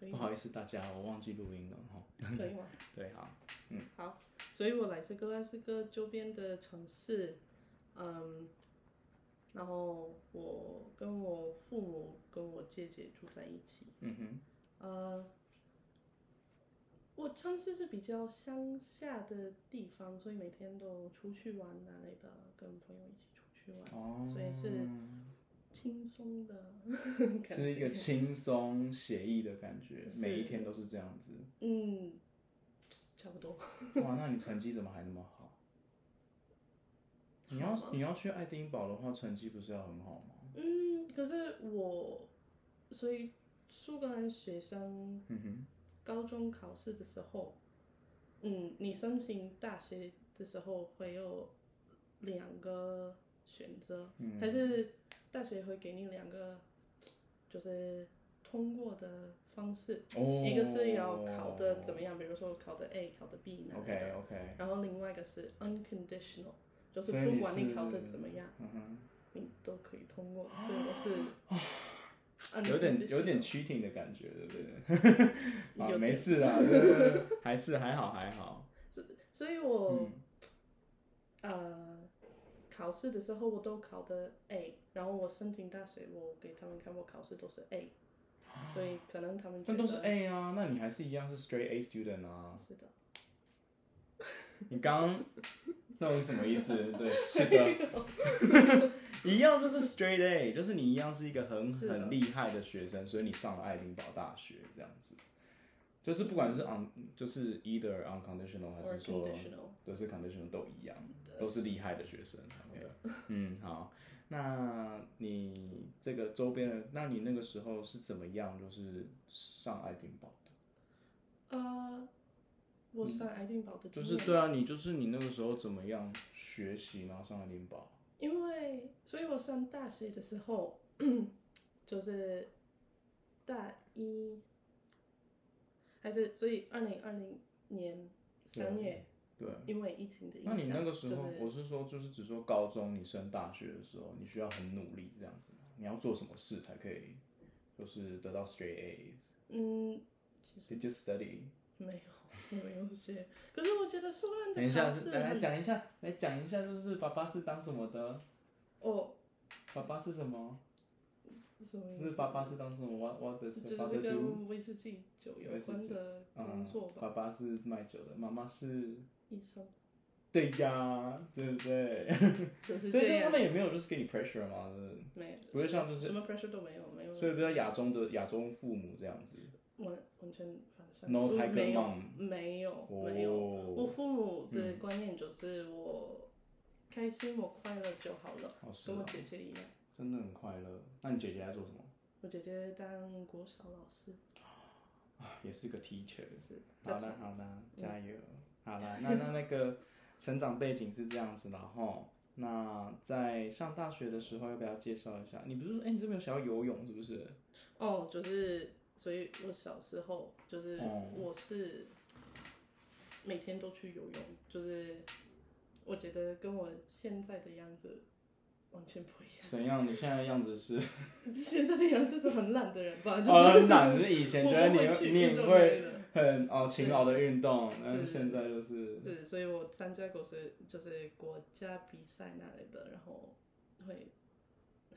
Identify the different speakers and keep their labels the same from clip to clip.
Speaker 1: 以
Speaker 2: 不好意思大家，我忘记录音了哈。
Speaker 1: 可以吗？
Speaker 2: 对，好，
Speaker 1: 嗯好，所以我来自格拉斯哥周边的城市，嗯，然后我跟我父母跟我姐姐住在一起，
Speaker 2: 嗯哼，
Speaker 1: 呃，我城市是比较乡下的地方，所以每天都出去玩啊那类的，跟朋友一起出去玩，
Speaker 2: 哦，
Speaker 1: 所以是轻松的感
Speaker 2: 是一个
Speaker 1: 觉。
Speaker 2: 轻松写意的感觉，
Speaker 1: 是
Speaker 2: 每一天都是这样子。
Speaker 1: 嗯，差不多。
Speaker 2: 哇，那你成绩怎么还那么好？你
Speaker 1: 好啊
Speaker 2: 要
Speaker 1: 吗
Speaker 2: 你要去爱丁堡的话，成绩不是要很好吗？
Speaker 1: 嗯，可是我，所以苏格兰学生
Speaker 2: 嗯哼，
Speaker 1: 高中考试的时候，嗯，你申请大学的时候会有两个选择，
Speaker 2: 嗯
Speaker 1: 但是大学会给你两个，就是通过的方式，
Speaker 2: 哦，
Speaker 1: 一个是要考的怎么样，比如说考的 A，考的 B 那类的
Speaker 2: ？OK OK，
Speaker 1: 然后另外一个是 unconditional，就是
Speaker 2: 所以
Speaker 1: 不
Speaker 2: 你
Speaker 1: 管你
Speaker 2: 是
Speaker 1: 考的怎么样。
Speaker 2: 嗯哼。
Speaker 1: 你都可以通过，所以我是嗯
Speaker 2: 有点
Speaker 1: unconditional
Speaker 2: 有点 cheating 的感觉，对不对？
Speaker 1: 有
Speaker 2: 啊，
Speaker 1: 点
Speaker 2: 没事 啦，对对对还是还好还好。
Speaker 1: 所以我、
Speaker 2: 嗯
Speaker 1: 呃考试的时候我都考的 A，然后我申请大学，我给他们看我考试都是 A，所以可能他们觉
Speaker 2: 但
Speaker 1: 得
Speaker 2: 都是 A 啊，那你还是一样是 straight A student 啊。
Speaker 1: 是的，
Speaker 2: 你刚刚那种什么意思？对，是 的，一样就是 straight A，就是你一样是一个很
Speaker 1: 是的
Speaker 2: 很厉害的学生，所以你上了爱丁堡大学这样子。就是不管是 on，就是 either unconditional 还
Speaker 1: Or
Speaker 2: 是说
Speaker 1: conditional
Speaker 2: 都是 conditional 都一样，都是厉害的学生。OK，嗯，好，那你这个周边的，那你那个时候是怎么样，就是上爱丁堡的？
Speaker 1: 呃，我上爱丁堡的
Speaker 2: 嗯就
Speaker 1: 经
Speaker 2: 是
Speaker 1: 验，
Speaker 2: 对啊，你就是你那个时候怎么样学习，然后上爱丁堡？
Speaker 1: 因为所以我上大学的时候 就是大一还是所以二零二零年三月。
Speaker 2: 对，
Speaker 1: 因为疫情的影
Speaker 2: 那
Speaker 1: 响，
Speaker 2: 你那个时候，
Speaker 1: 就是
Speaker 2: 我是说，就是只说高中你升大学的时候，你需要很努力这样子吗，你要做什么事才可以，就是得到 straight A's？Did
Speaker 1: 嗯，其实
Speaker 2: you study？
Speaker 1: 没有，我没有学。可是我觉得苏格兰
Speaker 2: 等一
Speaker 1: 的
Speaker 2: 下
Speaker 1: 考
Speaker 2: 是
Speaker 1: 试
Speaker 2: 来来
Speaker 1: 很，
Speaker 2: 讲一下，来讲一下，就是爸爸是当什么的？
Speaker 1: 哦，
Speaker 2: 爸爸是什么？
Speaker 1: 什么意
Speaker 2: 就
Speaker 1: 思
Speaker 2: 是爸爸是当什么？What What does
Speaker 1: 就
Speaker 2: father do？
Speaker 1: 是跟威士忌酒有
Speaker 2: 威士
Speaker 1: 关
Speaker 2: 忌
Speaker 1: 的工
Speaker 2: 嗯
Speaker 1: 作，
Speaker 2: 爸
Speaker 1: 吧，
Speaker 2: 爸是卖酒的，妈妈是，
Speaker 1: 医生
Speaker 2: 对呀，对不对？
Speaker 1: 就是
Speaker 2: 所以说
Speaker 1: 这
Speaker 2: 他
Speaker 1: 样，
Speaker 2: 们也没有就是给你 pressure 嘛，就是
Speaker 1: 没有，
Speaker 2: 不会像就是
Speaker 1: 什么 pressure 都没有，没有，
Speaker 2: 所以比较亚洲的亚洲父母这样子。
Speaker 1: 完完全反向，
Speaker 2: No
Speaker 1: 我
Speaker 2: tiger
Speaker 1: 没有
Speaker 2: mom，
Speaker 1: 没有，没有，我
Speaker 2: 哦，
Speaker 1: 父母的观念就是我开心我快乐就好了，
Speaker 2: 哦是
Speaker 1: 跟我
Speaker 2: 哦
Speaker 1: 姐姐一样，
Speaker 2: 真的很快乐。那你姐姐在做什么？
Speaker 1: 我姐姐当国小老师，
Speaker 2: 啊，也是个 teacher。
Speaker 1: 是嗯
Speaker 2: 好啦好啦，加油！好啦，那那那个成长背景是这样子的哈。那在上大学的时候，要不要介绍一下？你不是说，哎、你这边有想要游泳是不是？
Speaker 1: 哦，就是，所以我小时候就是
Speaker 2: 哦
Speaker 1: 我是每天都去游泳，就是我觉得跟我现在的样子完全不一
Speaker 2: 怎样？你现在的样子 是？
Speaker 1: 样。 现在的样子是很懒的人吧，啊就是、
Speaker 2: 哦，很懒，就是以前
Speaker 1: 我
Speaker 2: 觉得
Speaker 1: 不
Speaker 2: 你
Speaker 1: 会去
Speaker 2: 你
Speaker 1: 运
Speaker 2: 很
Speaker 1: 动
Speaker 2: 会
Speaker 1: 类的
Speaker 2: 很哦勤劳的运动，但
Speaker 1: 是
Speaker 2: 是现在就是
Speaker 1: 对，所以我参加过是就是国家比赛那里的，然后会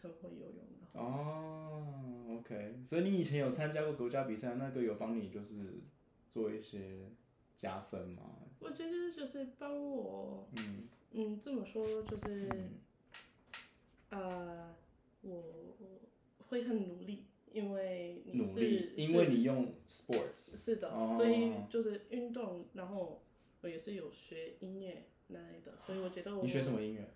Speaker 1: 很会游泳，然后
Speaker 2: 哦，OK，所以你以前有参加过国家比赛，那个有帮你就是做一些加分吗？
Speaker 1: 我觉得就是帮我，
Speaker 2: 嗯
Speaker 1: 嗯，这么说就是。
Speaker 2: 嗯
Speaker 1: 呃，我会很努力，因为你
Speaker 2: 努
Speaker 1: 是
Speaker 2: 力，因
Speaker 1: 是
Speaker 2: 为你用 sports
Speaker 1: 是的，
Speaker 2: 哦
Speaker 1: 所以就是运动，然后我也是有学音乐那类的，所以我觉得我
Speaker 2: 你学什么音乐？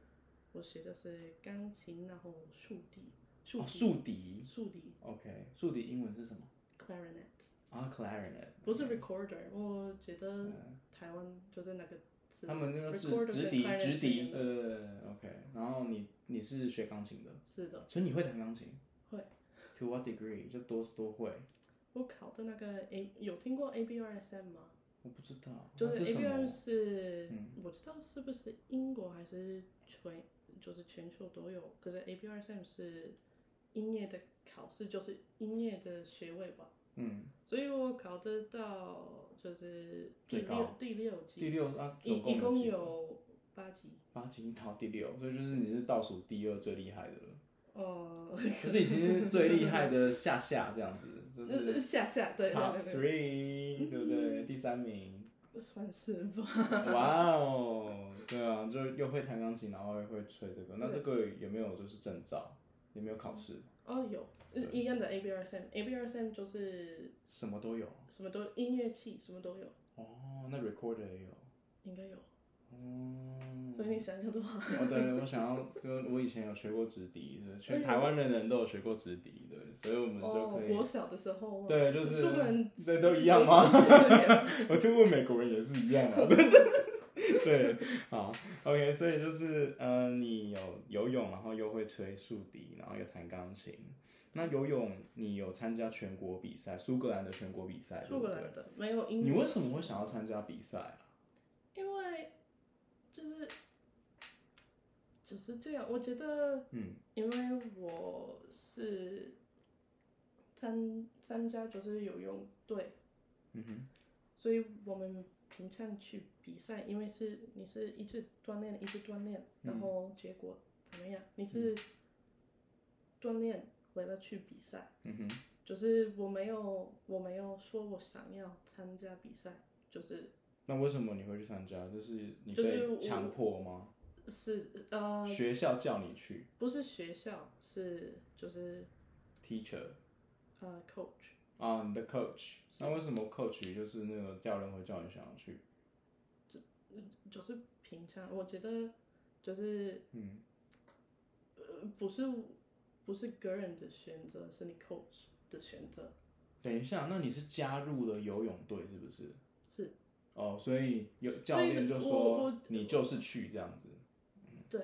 Speaker 1: 我学的是钢琴，然后竖笛，竖
Speaker 2: 哦，
Speaker 1: 笛，
Speaker 2: 竖笛。
Speaker 1: 竖笛
Speaker 2: OK，竖笛英文是什么？
Speaker 1: ，clarinet，
Speaker 2: 啊，clarinet。
Speaker 1: 不是 recorder，我觉得
Speaker 2: 嗯
Speaker 1: 台湾就是那个字，
Speaker 2: 他们那个直
Speaker 1: recorder
Speaker 2: 直
Speaker 1: 跟
Speaker 2: 笛，
Speaker 1: clarinet
Speaker 2: 直
Speaker 1: 是一
Speaker 2: 笛，
Speaker 1: 样的
Speaker 2: 对对对对对，OK。然后你你是学钢琴的，
Speaker 1: 是的，
Speaker 2: 所以你会弹钢琴
Speaker 1: 会。
Speaker 2: ？To what degree？就多多会？
Speaker 1: 我考的那个 A 有听过 ABRSM 吗？
Speaker 2: 我不知道，
Speaker 1: 就
Speaker 2: 那
Speaker 1: 是
Speaker 2: 啊是
Speaker 1: A
Speaker 2: 什
Speaker 1: B
Speaker 2: 么
Speaker 1: R 是
Speaker 2: 嗯，
Speaker 1: 我知道是不是英国还是全，就是全球都有。可是 A B R S M 是音乐的考试就是音乐的学位吧，
Speaker 2: 嗯，
Speaker 1: 所以我考得到就是第
Speaker 2: 最高
Speaker 1: 六第六级，
Speaker 2: 第六啊，
Speaker 1: 一
Speaker 2: 总共
Speaker 1: 一共
Speaker 2: 几个
Speaker 1: 有八级，
Speaker 2: 八级，你考第六，所以就是你是倒数第二最厉害的了，
Speaker 1: 哦、
Speaker 2: 可是已经是最厉害的下下这样子，就是
Speaker 1: 呃下下 对
Speaker 2: top
Speaker 1: 对嗯对
Speaker 2: three，对不对？第三名。
Speaker 1: 对，算是吧。
Speaker 2: 哇哦，对啊，就又会弹钢琴，然后又会吹这个。那这个有没有就是证照？有没有考试？
Speaker 1: 哦，有
Speaker 2: 对
Speaker 1: 一样的 A B R S M，A B R S M 就是
Speaker 2: 什么都有。
Speaker 1: 什么都音乐器，什么都有，
Speaker 2: 哦，那 recorder 也有。
Speaker 1: 应该有。
Speaker 2: 哦。
Speaker 1: 所以你想要的话，
Speaker 2: 哦，对，我想要，就我以前有学过直笛，就是全台湾的人都有学过直笛，对，所以我们就
Speaker 1: 哦
Speaker 2: 可，以。
Speaker 1: 国小的时候啊，
Speaker 2: 对就是
Speaker 1: 出门
Speaker 2: 这都一样 吗
Speaker 1: 有什么事情
Speaker 2: 我听过美国人也是一样啊。 对，好，OK，所以就是，呃，你有游泳，然后又会吹竖笛，然后又弹钢琴。那游泳，你有参加全国比赛，苏格兰的全国比赛，对
Speaker 1: 苏
Speaker 2: 不
Speaker 1: 格
Speaker 2: 对
Speaker 1: 兰的没有英
Speaker 2: 你
Speaker 1: 语，
Speaker 2: 为什么会想要参加比赛啊？
Speaker 1: 因为就是就是这样，我觉得，
Speaker 2: 嗯，
Speaker 1: 因为我是参参加就是游泳队，
Speaker 2: 嗯哼，
Speaker 1: 所以我们平常去比赛，因为是你是一直锻炼，一直锻炼，然后结果怎么样？你是锻炼为了去比赛，
Speaker 2: 嗯哼，
Speaker 1: 就是我没有我没有说我想要参加比赛，就是
Speaker 2: 那为什么你会去参加？就是你
Speaker 1: 就是
Speaker 2: 被
Speaker 1: 我
Speaker 2: 强迫吗？
Speaker 1: 是呃
Speaker 2: 学校叫你去
Speaker 1: 不是学校是就是
Speaker 2: ，teacher
Speaker 1: 呃 coach，
Speaker 2: 啊，你的 coach。那为什么 coach 就是那个教练会叫你想要去？
Speaker 1: 就是平常我觉得就是
Speaker 2: 嗯，
Speaker 1: 呃不是不是个人的选择，是你 coach 的选择，
Speaker 2: 等一下，那你是加入了游泳队是不是？
Speaker 1: 是
Speaker 2: 哦，所以有教练就
Speaker 1: 我
Speaker 2: 说
Speaker 1: 我
Speaker 2: 你就是去这样子。
Speaker 1: 对。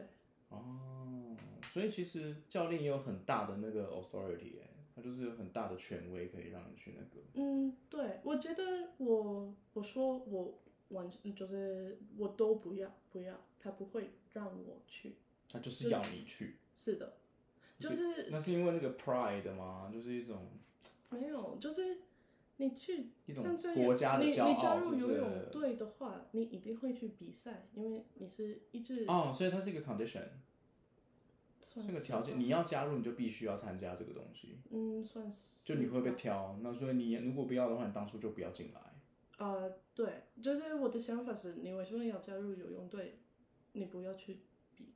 Speaker 2: 哦，所以其实教练也有很大的那个 authority，、欸、他就是有很大的权威可以让你去那个。
Speaker 1: 嗯，对，我觉得我我说我完全就是我都不要不要，他不会让我去。
Speaker 2: 他就是要你去，
Speaker 1: 是的，就是
Speaker 2: 那是因为那个 pride 吗？就是一种
Speaker 1: 没有，就是你去
Speaker 2: 一种
Speaker 1: 像这
Speaker 2: 国
Speaker 1: 样，
Speaker 2: 家的
Speaker 1: 你你
Speaker 2: 骄傲
Speaker 1: 加入
Speaker 2: 是不
Speaker 1: 游
Speaker 2: 是
Speaker 1: 泳队的话，你一定会去比赛，因为你是一直
Speaker 2: 哦，所以它是一个 condition，是
Speaker 1: 算
Speaker 2: 一个
Speaker 1: 哦是
Speaker 2: 条件，
Speaker 1: 吧
Speaker 2: 你要加入你就必须要参加这个东西，
Speaker 1: 嗯算是
Speaker 2: 就你会被
Speaker 1: 吧
Speaker 2: 挑。那所以你如果不要的话，你当初就不要进来。
Speaker 1: 呃对，就是我的想法是，你为什么要加入游泳队？你不要去比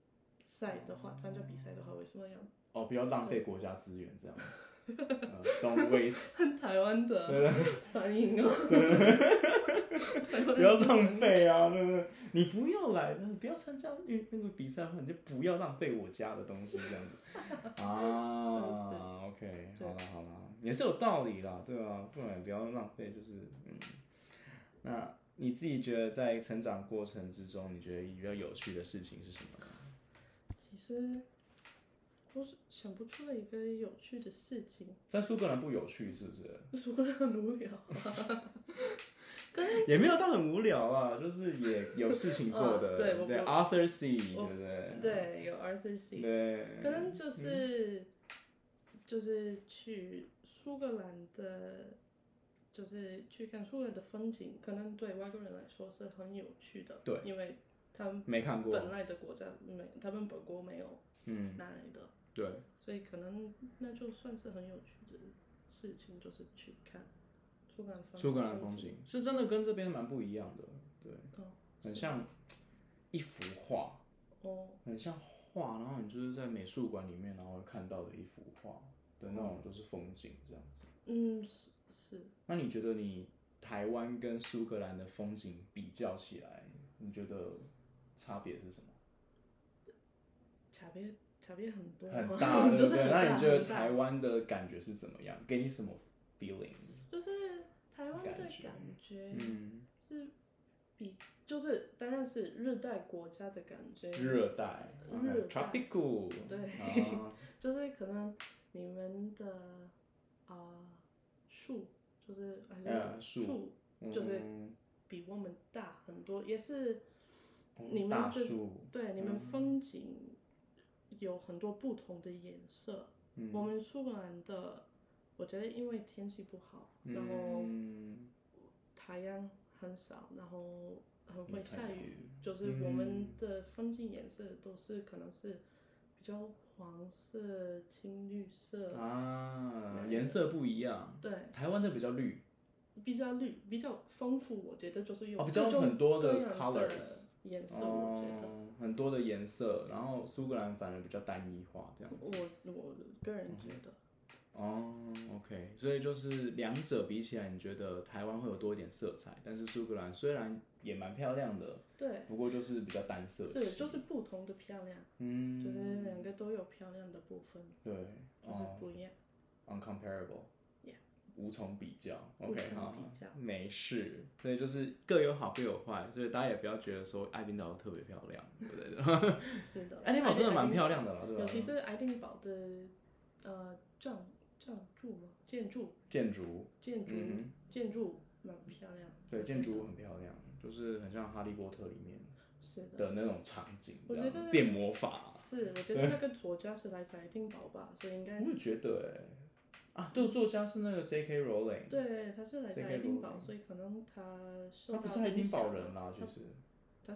Speaker 1: 赛的话，参加比赛的话，为什么要？
Speaker 2: 哦，不要浪费国家资源这样。嗯 don't waste，
Speaker 1: 很台湾的反应哦。台 湾人
Speaker 2: 不要浪费啊！对不对？你不要来，那不要参加那那个比赛的话，你就不要浪费我家的东西这样子 啊。OK，好
Speaker 1: 对
Speaker 2: 啦好啦，也是有道理啦，对啊，不然不要浪费，就是嗯。那你自己觉得在成长过程之中，你觉得比较有趣的事情是什么呢？
Speaker 1: 其实我是想不出来一个有趣的事情，
Speaker 2: 在苏格兰不有趣是不是？
Speaker 1: 苏格兰很无聊。啊
Speaker 2: 也没有到很无聊啊，就是也有事情做的。
Speaker 1: 哦对我
Speaker 2: 对
Speaker 1: 我
Speaker 2: ，Arthur C，对
Speaker 1: 我
Speaker 2: 不对？嗯
Speaker 1: 对，有 Arthur C，
Speaker 2: 对，
Speaker 1: 可能就是、就是去苏格兰的。就是去看苏格兰的风景，可能对外国人来说是很有趣的，
Speaker 2: 对
Speaker 1: 因为他们
Speaker 2: 没看过，
Speaker 1: 本来的国家没，他们本国没有
Speaker 2: 嗯，
Speaker 1: 那里的，
Speaker 2: 对，
Speaker 1: 所以可能那就算是很有趣的事情，就是去看苏格兰风
Speaker 2: 苏格兰风景是真的跟这边蛮不一样的，对，
Speaker 1: 哦
Speaker 2: 很像一幅画，
Speaker 1: 哦，
Speaker 2: 很像画，然后你就是在美术馆里面，然后看到的一幅画的那种，就是风景这样子。
Speaker 1: 嗯，是是，
Speaker 2: 那你觉得你台湾跟苏格兰的风景比较起来，你觉得差别是什么？
Speaker 1: 差别差别很多，啊
Speaker 2: 很大，对
Speaker 1: 就
Speaker 2: 不
Speaker 1: 是
Speaker 2: 对？那
Speaker 1: 很大
Speaker 2: 你觉得
Speaker 1: 很大
Speaker 2: 台湾的感觉是怎么样？给你什么 feelings？
Speaker 1: 就是台湾的
Speaker 2: 感觉
Speaker 1: 感觉
Speaker 2: 嗯，
Speaker 1: 是比就是当然是热带国家的感觉，
Speaker 2: 嗯热带嗯
Speaker 1: 热带
Speaker 2: ，tropical，
Speaker 1: 对
Speaker 2: 啊
Speaker 1: 就是可能你们的啊树就是还
Speaker 2: 呃
Speaker 1: 是
Speaker 2: 树
Speaker 1: 树就是
Speaker 2: 嗯
Speaker 1: 比我们大很多，也是
Speaker 2: 哦
Speaker 1: 你们
Speaker 2: 大
Speaker 1: 的
Speaker 2: 树
Speaker 1: 对你们风景有很多不同的颜色，
Speaker 2: 嗯
Speaker 1: 我们苏格兰的，我觉得因为天气不好，然后
Speaker 2: 嗯
Speaker 1: 太阳很少，然后很会
Speaker 2: 嗯太
Speaker 1: 下
Speaker 2: 阳嗯
Speaker 1: 雨，就是我们的风景颜色都是可能是比较黄色、青绿色，
Speaker 2: 啊，颜色不一样，
Speaker 1: 对，
Speaker 2: 台湾的比较绿，
Speaker 1: 比较绿，比较丰富。我觉得就是有
Speaker 2: 哦比较
Speaker 1: 各种
Speaker 2: 很多的
Speaker 1: 各样
Speaker 2: colours
Speaker 1: 颜色，我觉得。
Speaker 2: 哦很多的颜色，然后苏格兰反而比较单一化这样子。
Speaker 1: 我我个人觉得，
Speaker 2: 哦，OK，所以就是两者比起来，你觉得台湾会有多一点色彩，但是苏格兰虽然也蛮漂亮的，
Speaker 1: 对，
Speaker 2: 不过就是比较单色系。
Speaker 1: 是就是不同的漂亮，
Speaker 2: 嗯，
Speaker 1: 就是两个都有漂亮的部分，
Speaker 2: 对，
Speaker 1: 就是
Speaker 2: 哦
Speaker 1: 不一样。
Speaker 2: uncomparable。
Speaker 1: Yeah
Speaker 2: 无从比较
Speaker 1: 无
Speaker 2: ，OK，
Speaker 1: 从
Speaker 2: 好，
Speaker 1: 比较
Speaker 2: 没事，所以就是各有好，各有坏，所以大家也不要觉得说爱丁堡特别漂亮，对不对？
Speaker 1: 是的，
Speaker 2: 爱丁堡哎真的蛮漂
Speaker 1: 亮
Speaker 2: 亮的啦，对吧
Speaker 1: 尤？其是爱丁堡的呃帐帐柱吗？建筑
Speaker 2: 建筑，
Speaker 1: 建筑、
Speaker 2: 嗯
Speaker 1: 建筑蛮漂亮
Speaker 2: 哼，。对，建筑很漂亮，就是很像哈利波特里面
Speaker 1: 是的，
Speaker 2: 的那种场景，
Speaker 1: 我
Speaker 2: 这样
Speaker 1: 觉得
Speaker 2: 变魔法、
Speaker 1: 是我觉得那个作家是来自爱丁堡吧，所以应该
Speaker 2: 我也觉得哎、啊，对，作家是那个 J.K. Rowling，
Speaker 1: 对，他是来自
Speaker 2: 这个
Speaker 1: 爱丁
Speaker 2: 罗
Speaker 1: 堡，
Speaker 2: 琳
Speaker 1: 所以可能他受
Speaker 2: 他
Speaker 1: 到
Speaker 2: 不是爱丁堡人啊
Speaker 1: 影响
Speaker 2: 啦，
Speaker 1: 他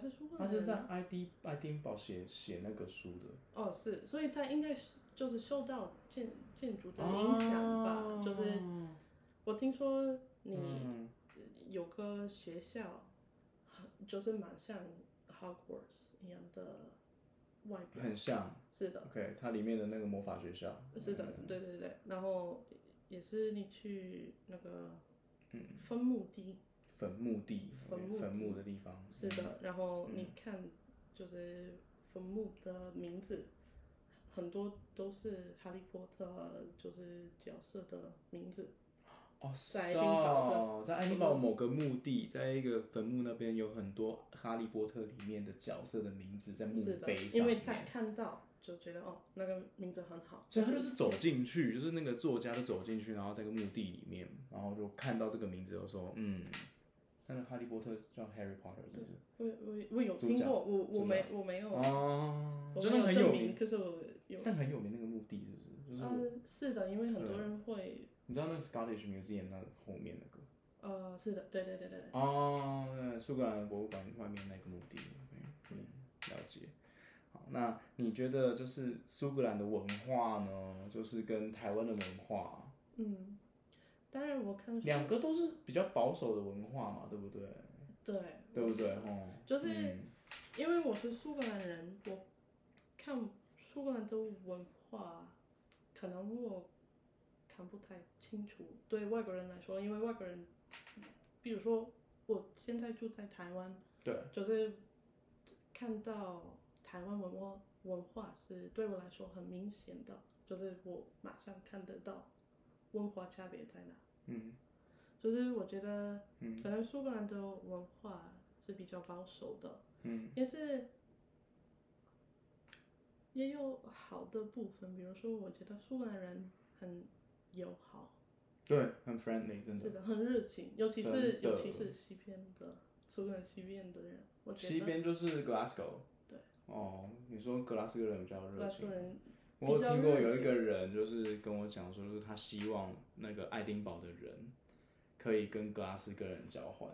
Speaker 2: 其实
Speaker 1: 他是苏格
Speaker 2: 他
Speaker 1: 兰
Speaker 2: 是
Speaker 1: 人
Speaker 2: 在爱丁爱丁堡写写那个书的。
Speaker 1: 哦，是，所以他应该是就是受到建建筑的影响吧。
Speaker 2: 哦
Speaker 1: 就是我听说你
Speaker 2: 嗯
Speaker 1: 呃有个学校，很就是蛮像 Hogwarts 一样的外表。
Speaker 2: 很像
Speaker 1: 是的，
Speaker 2: ，OK，它里面的那个魔法学校，
Speaker 1: 是的，
Speaker 2: 嗯
Speaker 1: 对对对。然后也是你去那个
Speaker 2: 嗯
Speaker 1: 分墓地，
Speaker 2: 坟墓地，
Speaker 1: 坟
Speaker 2: OK，
Speaker 1: 墓地
Speaker 2: 坟墓的地方，嗯
Speaker 1: 是的，然后你看就是坟墓的名字。很多都是哈利波特就是角色的名字，
Speaker 2: 哦，
Speaker 1: 在爱丁堡的
Speaker 2: 哦在爱丁堡某个墓地，在一个坟墓那边有很多哈利波特里面的角色的名字在墓
Speaker 1: 是的
Speaker 2: 碑，上
Speaker 1: 因为
Speaker 2: 面，
Speaker 1: 他看到就觉得哦，那个名字很好，嗯
Speaker 2: 所以他就是走进去，就是那个作家就走进去，然后在一个墓地里面，然后就看到这个名字，就说嗯，那个哈利波特叫 Harry Potter 是不是？
Speaker 1: 我我我有听过，我我没我没有，
Speaker 2: 哦，
Speaker 1: 我
Speaker 2: 就
Speaker 1: 没
Speaker 2: 那个
Speaker 1: 有
Speaker 2: 很
Speaker 1: 证
Speaker 2: 有
Speaker 1: 明，
Speaker 2: 名，
Speaker 1: 可是我有，
Speaker 2: 但很有名那个墓地是不是？就是我
Speaker 1: 呃，是的，因为很多人会，
Speaker 2: 你知道那个 Scottish Museum 那后面那个？
Speaker 1: 呃，是的，对对对对，
Speaker 2: 哦，那苏格兰博物馆外面那个墓地。OK，嗯，了解。好，那你觉得就是苏格兰的文化呢，就是跟台湾的文化，
Speaker 1: 嗯，当然我看书，
Speaker 2: 两个都是比较保守的文化嘛，对不对？
Speaker 1: 对
Speaker 2: 对不对？
Speaker 1: 我觉得
Speaker 2: 哦，
Speaker 1: 就是
Speaker 2: 嗯
Speaker 1: 因为我是苏格兰人，我看苏格兰的文化，可能我看不太清楚。对外国人来说，因为外国人，比如说我现在住在台湾，
Speaker 2: 对，
Speaker 1: 就是看到台湾文化文化是对我来说很明显的，就是我马上看得到文化差别在哪。
Speaker 2: 嗯
Speaker 1: 就是我觉得，
Speaker 2: 嗯
Speaker 1: 可能苏格兰的文化是比较保守的，
Speaker 2: 嗯
Speaker 1: 也是也有好的部分，比如说，我觉得苏格兰人很友好，
Speaker 2: 对，很 friendly，真
Speaker 1: 是
Speaker 2: 的。
Speaker 1: 的，很热情，尤其是
Speaker 2: 真的
Speaker 1: 尤其是西边的苏格兰西边的人，我觉
Speaker 2: 西
Speaker 1: 得
Speaker 2: 边就是 Glasgow。
Speaker 1: 对。
Speaker 2: 哦，你说格拉斯哥人比较热
Speaker 1: 拉
Speaker 2: 情
Speaker 1: 苏。人
Speaker 2: 我有
Speaker 1: 比较
Speaker 2: 听过
Speaker 1: 热
Speaker 2: 有一
Speaker 1: 情
Speaker 2: 个人就是跟我讲说，就是他希望那个爱丁堡的人可以跟格拉斯哥人交换，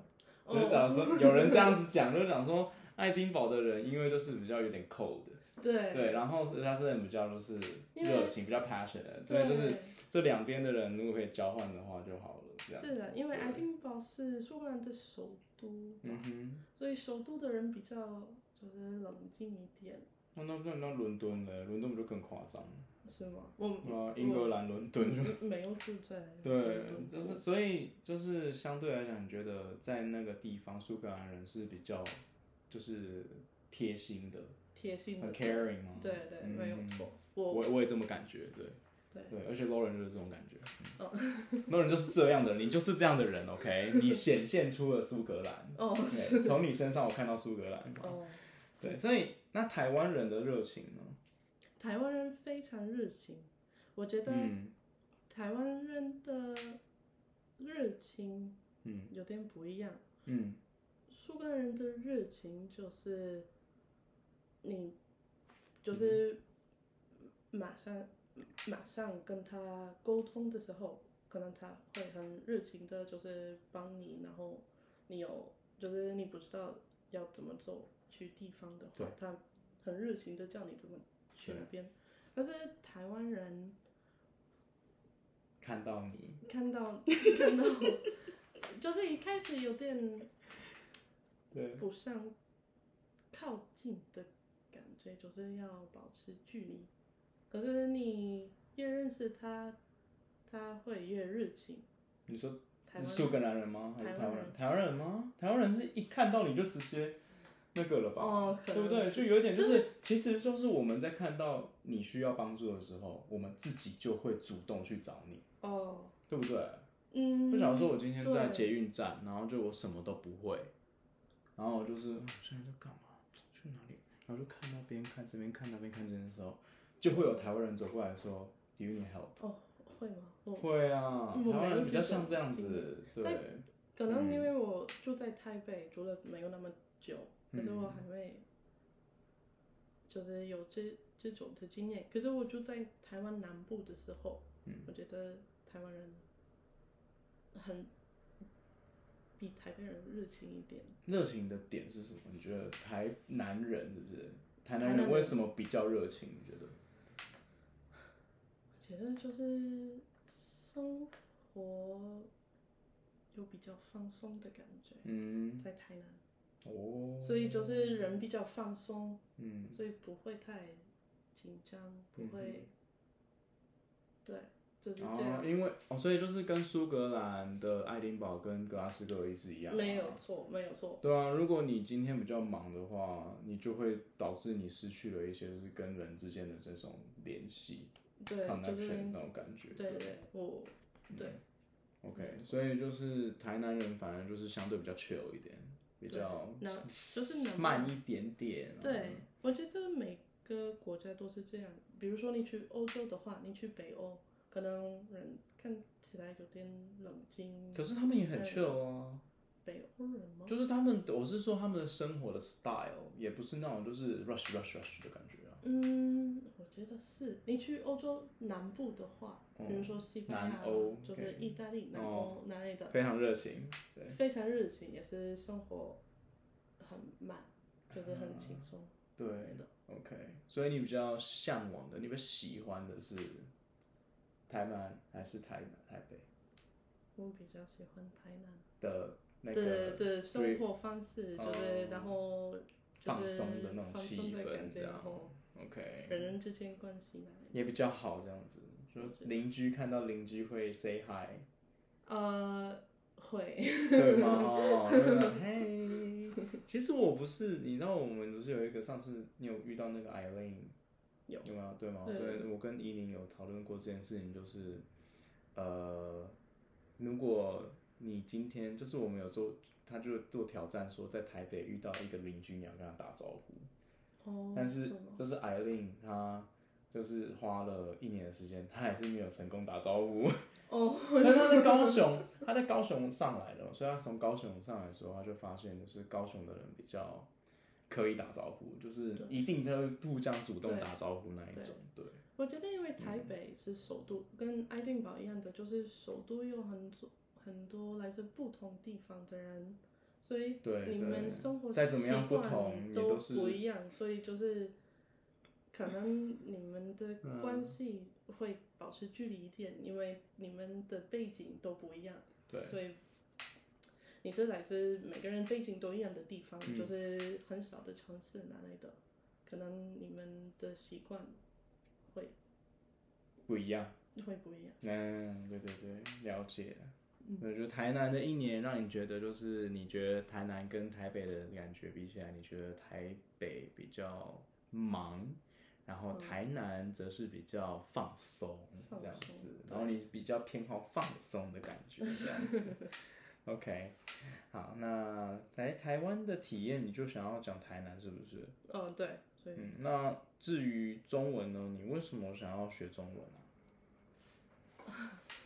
Speaker 2: 所以讲说哦 有人这样子讲，就是讲说爱丁堡的人因为就是比较有点 cold，
Speaker 1: 对
Speaker 2: 对，然后格拉斯人比较就是
Speaker 1: 因为
Speaker 2: 热情，比较 passionate，所以就是 这两边的人如果可以交换的话就好了，这样
Speaker 1: 是
Speaker 2: 子。
Speaker 1: 的，因为
Speaker 2: 对
Speaker 1: 爱丁堡是苏格兰的首都
Speaker 2: 嗯
Speaker 1: 吧，
Speaker 2: 哼，
Speaker 1: 所以首都的人比较就是冷静一点，
Speaker 2: 那那那那伦敦呢？伦敦不就更夸张？
Speaker 1: 是吗？我
Speaker 2: 啊，英格兰伦敦就
Speaker 1: 我没有住在
Speaker 2: 对
Speaker 1: 伦敦，
Speaker 2: 就是所以就是相对来讲，你觉得在那个地方，苏格兰人是比较就是贴心的，
Speaker 1: 贴心的
Speaker 2: 很 caring 吗？
Speaker 1: 对对，没有
Speaker 2: 嗯
Speaker 1: 错。
Speaker 2: 我
Speaker 1: 我
Speaker 2: 我也这么感觉，对
Speaker 1: 对哦
Speaker 2: 对，而且 Lauren 就是这种感觉，l a u r e n 就是这样的人，你就是这样的人，OK，你显现出了苏格兰，
Speaker 1: 哦
Speaker 2: 对，从你身上我看到苏格兰，
Speaker 1: 哦，
Speaker 2: 对，所以那台湾人的热情呢？
Speaker 1: 台湾人非常热情，我觉得
Speaker 2: 嗯
Speaker 1: 台湾人的热情
Speaker 2: 嗯
Speaker 1: 有点不一样。
Speaker 2: 嗯
Speaker 1: 苏格兰人的热情就是你就是马上马上跟他沟通的时候，可能他会很热情的，就是帮你，然后你有就是你不知道要怎么走去地方的
Speaker 2: 对
Speaker 1: 话，他很热情的叫你怎么去
Speaker 2: 对
Speaker 1: 那边。但是台湾人
Speaker 2: 看到你，
Speaker 1: 看到 看到，就是一开始有点
Speaker 2: 对
Speaker 1: 不上靠近的感觉，就是要保持距离。可是你越认识他，他会越热情。
Speaker 2: 你说
Speaker 1: 台
Speaker 2: 是
Speaker 1: 湾
Speaker 2: 苏格兰人吗？还是
Speaker 1: 台
Speaker 2: 台
Speaker 1: 湾
Speaker 2: 湾人？
Speaker 1: 人
Speaker 2: 台湾人吗？台湾人是一看到你就直接那个了吧？
Speaker 1: 哦可
Speaker 2: 对不
Speaker 1: 能
Speaker 2: 对？
Speaker 1: 是
Speaker 2: 就有点就是，其实就是我们在看到你需要帮助的时候，我们自己就会主动去找你，
Speaker 1: 哦，
Speaker 2: 对不对？
Speaker 1: 嗯，
Speaker 2: 就假如说我今天在
Speaker 1: 对
Speaker 2: 捷运站，然后就我什么都不会，然后我就是啊我现在在干嘛？去哪里？然后就看那边，看这边，看那边，看这边的时候，就会有台湾人走过来说：“Do you need help？”
Speaker 1: 哦，会吗？我
Speaker 2: 会啊，
Speaker 1: 嗯
Speaker 2: 台
Speaker 1: 我没
Speaker 2: 湾人
Speaker 1: 有
Speaker 2: 比较
Speaker 1: 觉得
Speaker 2: 像这样子，对
Speaker 1: 但，可能因为我住在台北，住了没有那么久，可是我还没，就是有这这种的经验。可是我住在台湾南部的时候，
Speaker 2: 嗯
Speaker 1: 我觉得台湾人很比台北人热情一点。
Speaker 2: 热情的点是什么？你觉得台南人是不是？台
Speaker 1: 台
Speaker 2: 南
Speaker 1: 南
Speaker 2: 人为
Speaker 1: 人
Speaker 2: 什么比较热情？你觉得？
Speaker 1: 我觉得就是生活有比较放松的感觉，
Speaker 2: 嗯，
Speaker 1: 在台南，
Speaker 2: 哦，
Speaker 1: 所以就是人比较放松，
Speaker 2: 嗯，
Speaker 1: 所以不会太紧张，不会，对，就是这
Speaker 2: 哦
Speaker 1: 样，，
Speaker 2: 因为哦，所以就是跟苏格兰的爱丁堡跟格拉斯哥是一样、啊
Speaker 1: 没有。错，没有错，
Speaker 2: 对啊，如果你今天比较忙的话，你就会导致你失去了一些就是跟人之间的这种联系
Speaker 1: 对，就
Speaker 2: ，connection
Speaker 1: 是
Speaker 2: 那种感觉。嗯
Speaker 1: 对对，我对
Speaker 2: ，OK，所以就是台南人反而就是相对比较 chill 一点，比较
Speaker 1: 那就是南部
Speaker 2: 慢一点点。啊
Speaker 1: 对，我觉得每个国家都是这样。比如说你去欧洲的话，你去北欧，可能人看起来有点冷静，
Speaker 2: 可是他们也很
Speaker 1: 嗯
Speaker 2: chill 啊，
Speaker 1: 北欧人吗？
Speaker 2: 就是他们，我是说他们的生活的 style 也不是那种就是 rush rush rush 的感觉啊。
Speaker 1: 嗯，我觉得是。你去欧洲南部的话，比如说西班牙
Speaker 2: 嗯南欧，
Speaker 1: 就是意大利南
Speaker 2: 哦
Speaker 1: 欧那类的，
Speaker 2: 非常热情，对，
Speaker 1: 非常热情，也是生活很慢，就是
Speaker 2: 嗯
Speaker 1: 很轻松。
Speaker 2: 对
Speaker 1: 的
Speaker 2: ，OK。所以你比较向往的，你比较喜欢的是台南还是台南台北
Speaker 1: 我比较喜欢台南
Speaker 2: 的那
Speaker 1: 的
Speaker 2: 个
Speaker 1: 的生
Speaker 2: re-
Speaker 1: 活方式，就是
Speaker 2: 哦
Speaker 1: 然后
Speaker 2: 放
Speaker 1: 就是
Speaker 2: 松的那种
Speaker 1: 放
Speaker 2: 气
Speaker 1: 松的
Speaker 2: 氛
Speaker 1: 感
Speaker 2: 这
Speaker 1: 觉，
Speaker 2: 样
Speaker 1: 然后
Speaker 2: ？OK，
Speaker 1: 人人之间关系那里。
Speaker 2: 也比较好这样子，就是邻居看到邻居会 say hi，
Speaker 1: 呃，会，
Speaker 2: 对吗？ 哦对吧嘿，其实我不是，你知道我们不是有一个上次你有遇到那个 Eileen，
Speaker 1: 有
Speaker 2: 有没有对吗？
Speaker 1: 对
Speaker 2: 所以我跟依宁有讨论过这件事情，就是呃，如果你今天就是我们有做，他就做挑战说在台北遇到一个邻居，你要跟他打招呼，
Speaker 1: 哦，
Speaker 2: 但是
Speaker 1: 会吗
Speaker 2: 就是 Eileen 她。就是花了一年的时间，她还是没有成功打招 呼。
Speaker 1: 哦，
Speaker 2: 但他在高雄，他在高雄上来的嘛，所以他从高雄上来的时候，他就发现就是高雄的人比较可以打招呼，就是一定他会互相主动
Speaker 1: 对
Speaker 2: 打招呼那一种，对，嗯
Speaker 1: 我觉得因为台北是首都，跟爱丁堡一样的，就是首都有很多很多来自不同地方的人，所以
Speaker 2: 对
Speaker 1: 你
Speaker 2: 对
Speaker 1: 们生活习
Speaker 2: 再
Speaker 1: 惯
Speaker 2: 怎么样不同也
Speaker 1: 都
Speaker 2: 都是
Speaker 1: 不一样，所以就是可能你们的关系会保持距离一点，因为你们的背景都不一样，
Speaker 2: 对
Speaker 1: 所以。你是来自每个人背景都一样的地方，
Speaker 2: 嗯
Speaker 1: 就是很少的城市哪里的，可能你们的习惯会
Speaker 2: 不一样。
Speaker 1: 会不一样。嗯
Speaker 2: 嗯，对对对，了解。我觉得台南的一年让你觉得就是你觉得台南跟台北的感觉比起来，你觉得台北比较忙，然后台南则是比较放松
Speaker 1: 嗯放
Speaker 2: 这样
Speaker 1: 松
Speaker 2: 子，
Speaker 1: 对
Speaker 2: 然后你比较偏好放松的感觉这样 子。OK，好，那来台湾的体验你就想要讲台南是不是？
Speaker 1: 哦，对，所以
Speaker 2: 嗯，那至于中文呢，你为什么想要学中文啊？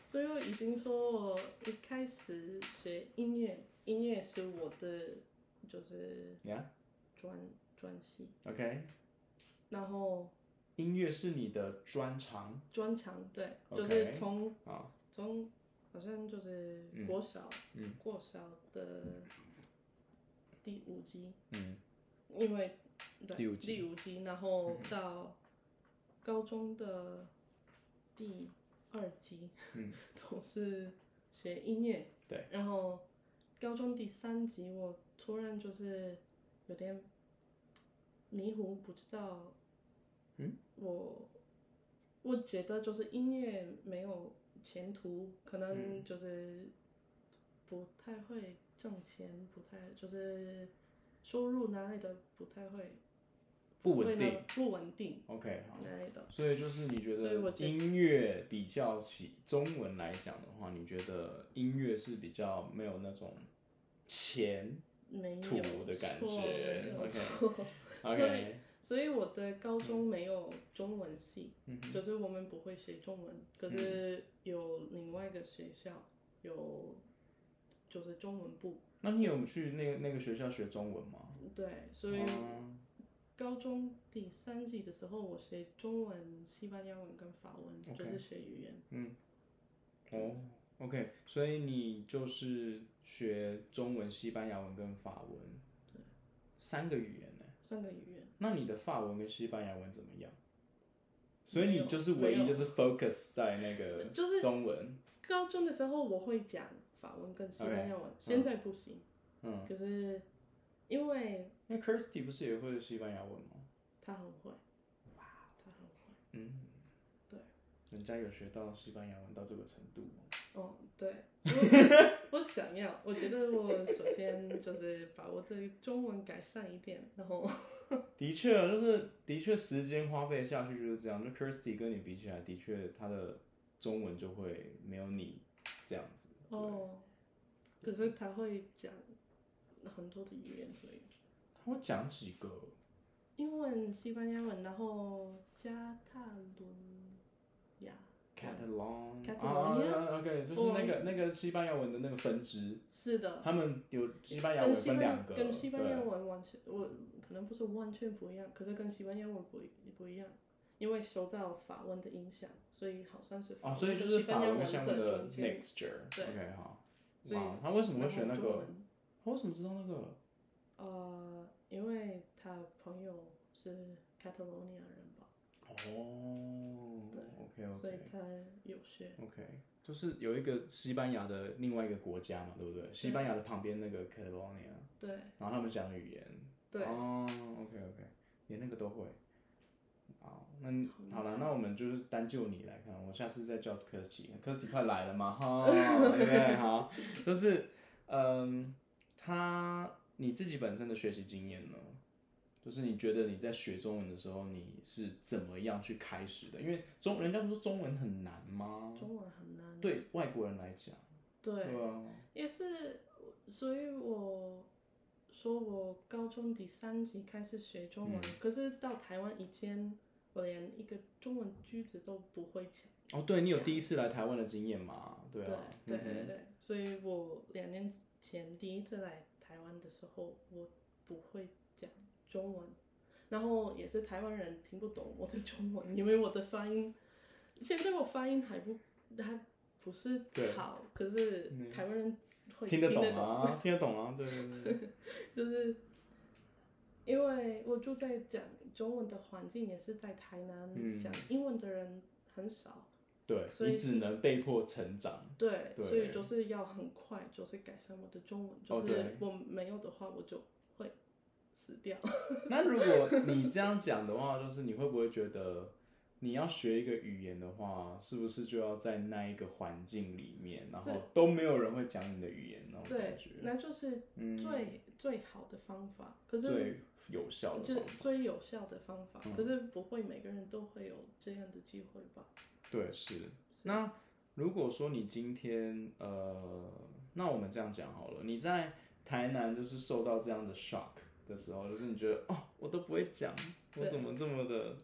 Speaker 1: 所以我已经说我一开始学音乐，音乐是我的就是
Speaker 2: 呀、
Speaker 1: 专专系，
Speaker 2: o k
Speaker 1: 然后
Speaker 2: 音乐是你的专长
Speaker 1: 专长，对
Speaker 2: 嗯 OK
Speaker 1: 就是从
Speaker 2: 啊，
Speaker 1: 从好像就是
Speaker 2: 嗯
Speaker 1: 国小，
Speaker 2: 嗯
Speaker 1: 国小的第五集，
Speaker 2: 嗯
Speaker 1: 因为对
Speaker 2: 第五集
Speaker 1: 集然后到高中的第二集，
Speaker 2: 嗯，
Speaker 1: 都是写音乐，
Speaker 2: 对，
Speaker 1: 然后高中第三集我突然就是有点迷糊，不知道，
Speaker 2: 嗯，
Speaker 1: 我我觉得就是音乐没有前途，可能就是不太会挣钱，不太就是收入哪里的不太会，
Speaker 2: 不
Speaker 1: 会
Speaker 2: 稳
Speaker 1: 那
Speaker 2: 定
Speaker 1: 么不稳定
Speaker 2: OK 好。
Speaker 1: 哪里的。
Speaker 2: 所以就是你觉
Speaker 1: 所以我
Speaker 2: 得
Speaker 1: 觉得
Speaker 2: 音乐比较起中文来讲的话，你觉得音乐是比较没有那种钱
Speaker 1: 没有
Speaker 2: 土的感
Speaker 1: 错
Speaker 2: 觉
Speaker 1: 没有
Speaker 2: OK
Speaker 1: 错。所以
Speaker 2: ？OK，
Speaker 1: 所以我的高中没有中文系，
Speaker 2: 嗯哼嗯
Speaker 1: 就是我们不会写中文，可是有另外一个学校有就是中文部，
Speaker 2: 那你有去那那个学校学中文吗？
Speaker 1: 对，所以
Speaker 2: 哦
Speaker 1: 高中第三季的时候，我学中文、西班牙文跟法文
Speaker 2: OK
Speaker 1: 就是学语言，
Speaker 2: 哦，OK，所以你就是学中文、西班牙文跟法文，三个语言呢。
Speaker 1: 三个语言。
Speaker 2: 那你的法文跟西班牙文怎么样？所以
Speaker 1: 没
Speaker 2: 你
Speaker 1: 有
Speaker 2: 就是
Speaker 1: 没
Speaker 2: 唯一
Speaker 1: 有
Speaker 2: 就是 focus 在那个
Speaker 1: 就是
Speaker 2: 中文，
Speaker 1: 高中的时候我会讲法文跟西班牙文
Speaker 2: OK，
Speaker 1: 现在不行，
Speaker 2: 嗯，
Speaker 1: 可是因为
Speaker 2: 因为 Kirsty 不是也会西班牙文吗？
Speaker 1: 他很会，哇，他很会，
Speaker 2: 嗯，
Speaker 1: 对。
Speaker 2: 人家有学到西班牙文到这个程度吗？
Speaker 1: 哦，对， 我我想要，我觉得我首先就是把我的中文改善一点，然 后
Speaker 2: 的确，啊就是的确，时间花费下去就是这样。就 Kirsty 跟你比起来，的确她的中文就会没有你这样子。
Speaker 1: 哦，可是他会讲很多的语言，所以
Speaker 2: 她会讲几个？
Speaker 1: 英文、西班牙文，然后加泰伦呀，
Speaker 2: Catalan
Speaker 1: Catalonia？
Speaker 2: 啊，OK，就是那个那个西班牙文的那个分支，
Speaker 1: 是的，
Speaker 2: 他们有西班牙
Speaker 1: 跟
Speaker 2: 文
Speaker 1: 西
Speaker 2: 分
Speaker 1: 班
Speaker 2: 两
Speaker 1: 牙
Speaker 2: 个，
Speaker 1: 跟西班牙
Speaker 2: 对
Speaker 1: 文完全，我可能不是完全不一样，可是跟西班牙文不一不一样。因为受到法文的影响，所以好像是
Speaker 2: 哦，
Speaker 1: 文
Speaker 2: 所以就
Speaker 1: 跟
Speaker 2: 是
Speaker 1: 西班
Speaker 2: 法
Speaker 1: 牙
Speaker 2: 文
Speaker 1: 文
Speaker 2: 跟西班牙文的
Speaker 1: 中间
Speaker 2: mixture。
Speaker 1: 对
Speaker 2: OK，好。
Speaker 1: 所以
Speaker 2: 哇，他为什么会选那
Speaker 1: 然后中
Speaker 2: 个？
Speaker 1: 文
Speaker 2: 他为什么知道那个？
Speaker 1: 呃，因为他朋友是 Catalonia 人吧，
Speaker 2: 哦，OK
Speaker 1: 所以
Speaker 2: OK
Speaker 1: 他有学。
Speaker 2: OK，就是有一个西班牙的另外一个国家嘛，对不对？西班牙的旁边那个 Catalonia，
Speaker 1: 对
Speaker 2: 然后他们讲的语言。
Speaker 1: 对，
Speaker 2: 哦，OK OK，连那个都会。好，那你好了，那我们就是单就你来看，我下次再叫科技，科技快来了嘛， 哈，对不对？好，就是嗯，他你自己本身的学习经验呢，就是你觉得你在学中文的时候，你是怎么样去开始的？因为中人家不是说中文很难吗？
Speaker 1: 中文很难。
Speaker 2: 对外国人来讲，
Speaker 1: 对，
Speaker 2: 对啊，
Speaker 1: 也是，所以我说我高中第三级开始学中
Speaker 2: 嗯
Speaker 1: 文，可是到台湾以前，我连一个中文句子都不会讲。
Speaker 2: 哦，对你有第一次来台湾的经验嘛？对啊，
Speaker 1: 啊对对
Speaker 2: 嗯
Speaker 1: 对
Speaker 2: 哼
Speaker 1: 对，所以我两年前第一次来台湾的时候，我不会讲中文，然后也是台湾人听不懂我的中文，因为我的发音，现在我发音还不还不是
Speaker 2: 对
Speaker 1: 好，可是
Speaker 2: 嗯
Speaker 1: 台湾人会
Speaker 2: 听
Speaker 1: 得
Speaker 2: 得懂啊， 听得懂啊，对对对。
Speaker 1: 就是因为我住在讲中文的环境，也是在台南，
Speaker 2: 嗯
Speaker 1: 讲英文的人很少，
Speaker 2: 对，
Speaker 1: 所以
Speaker 2: 你只能被迫成长。
Speaker 1: 对，
Speaker 2: 啊对
Speaker 1: 所以就是要很快，就是改善我的中文，就
Speaker 2: 哦
Speaker 1: 是
Speaker 2: 对
Speaker 1: 我没有的话，我就会死掉。
Speaker 2: 那如果你这样讲的话， 就是你会不会觉得，你要学一个语言的话，是不是就要在那一个环境里面，然后
Speaker 1: 对
Speaker 2: 都没有人会讲你的语言那种
Speaker 1: 对
Speaker 2: 感觉，？
Speaker 1: 那就是
Speaker 2: 嗯
Speaker 1: 最、最好的方法，可是
Speaker 2: 最有效的
Speaker 1: 这
Speaker 2: 方法。
Speaker 1: 最有效的方法，
Speaker 2: 嗯
Speaker 1: 可是不会每个人都会有这样的机会吧？
Speaker 2: 对，是。那如果说你今天呃，那我们这样讲好了，你在台南就是受到这样的 shock 的时候，就是你觉得哦，我都不会讲，我
Speaker 1: 对
Speaker 2: 怎么这么的？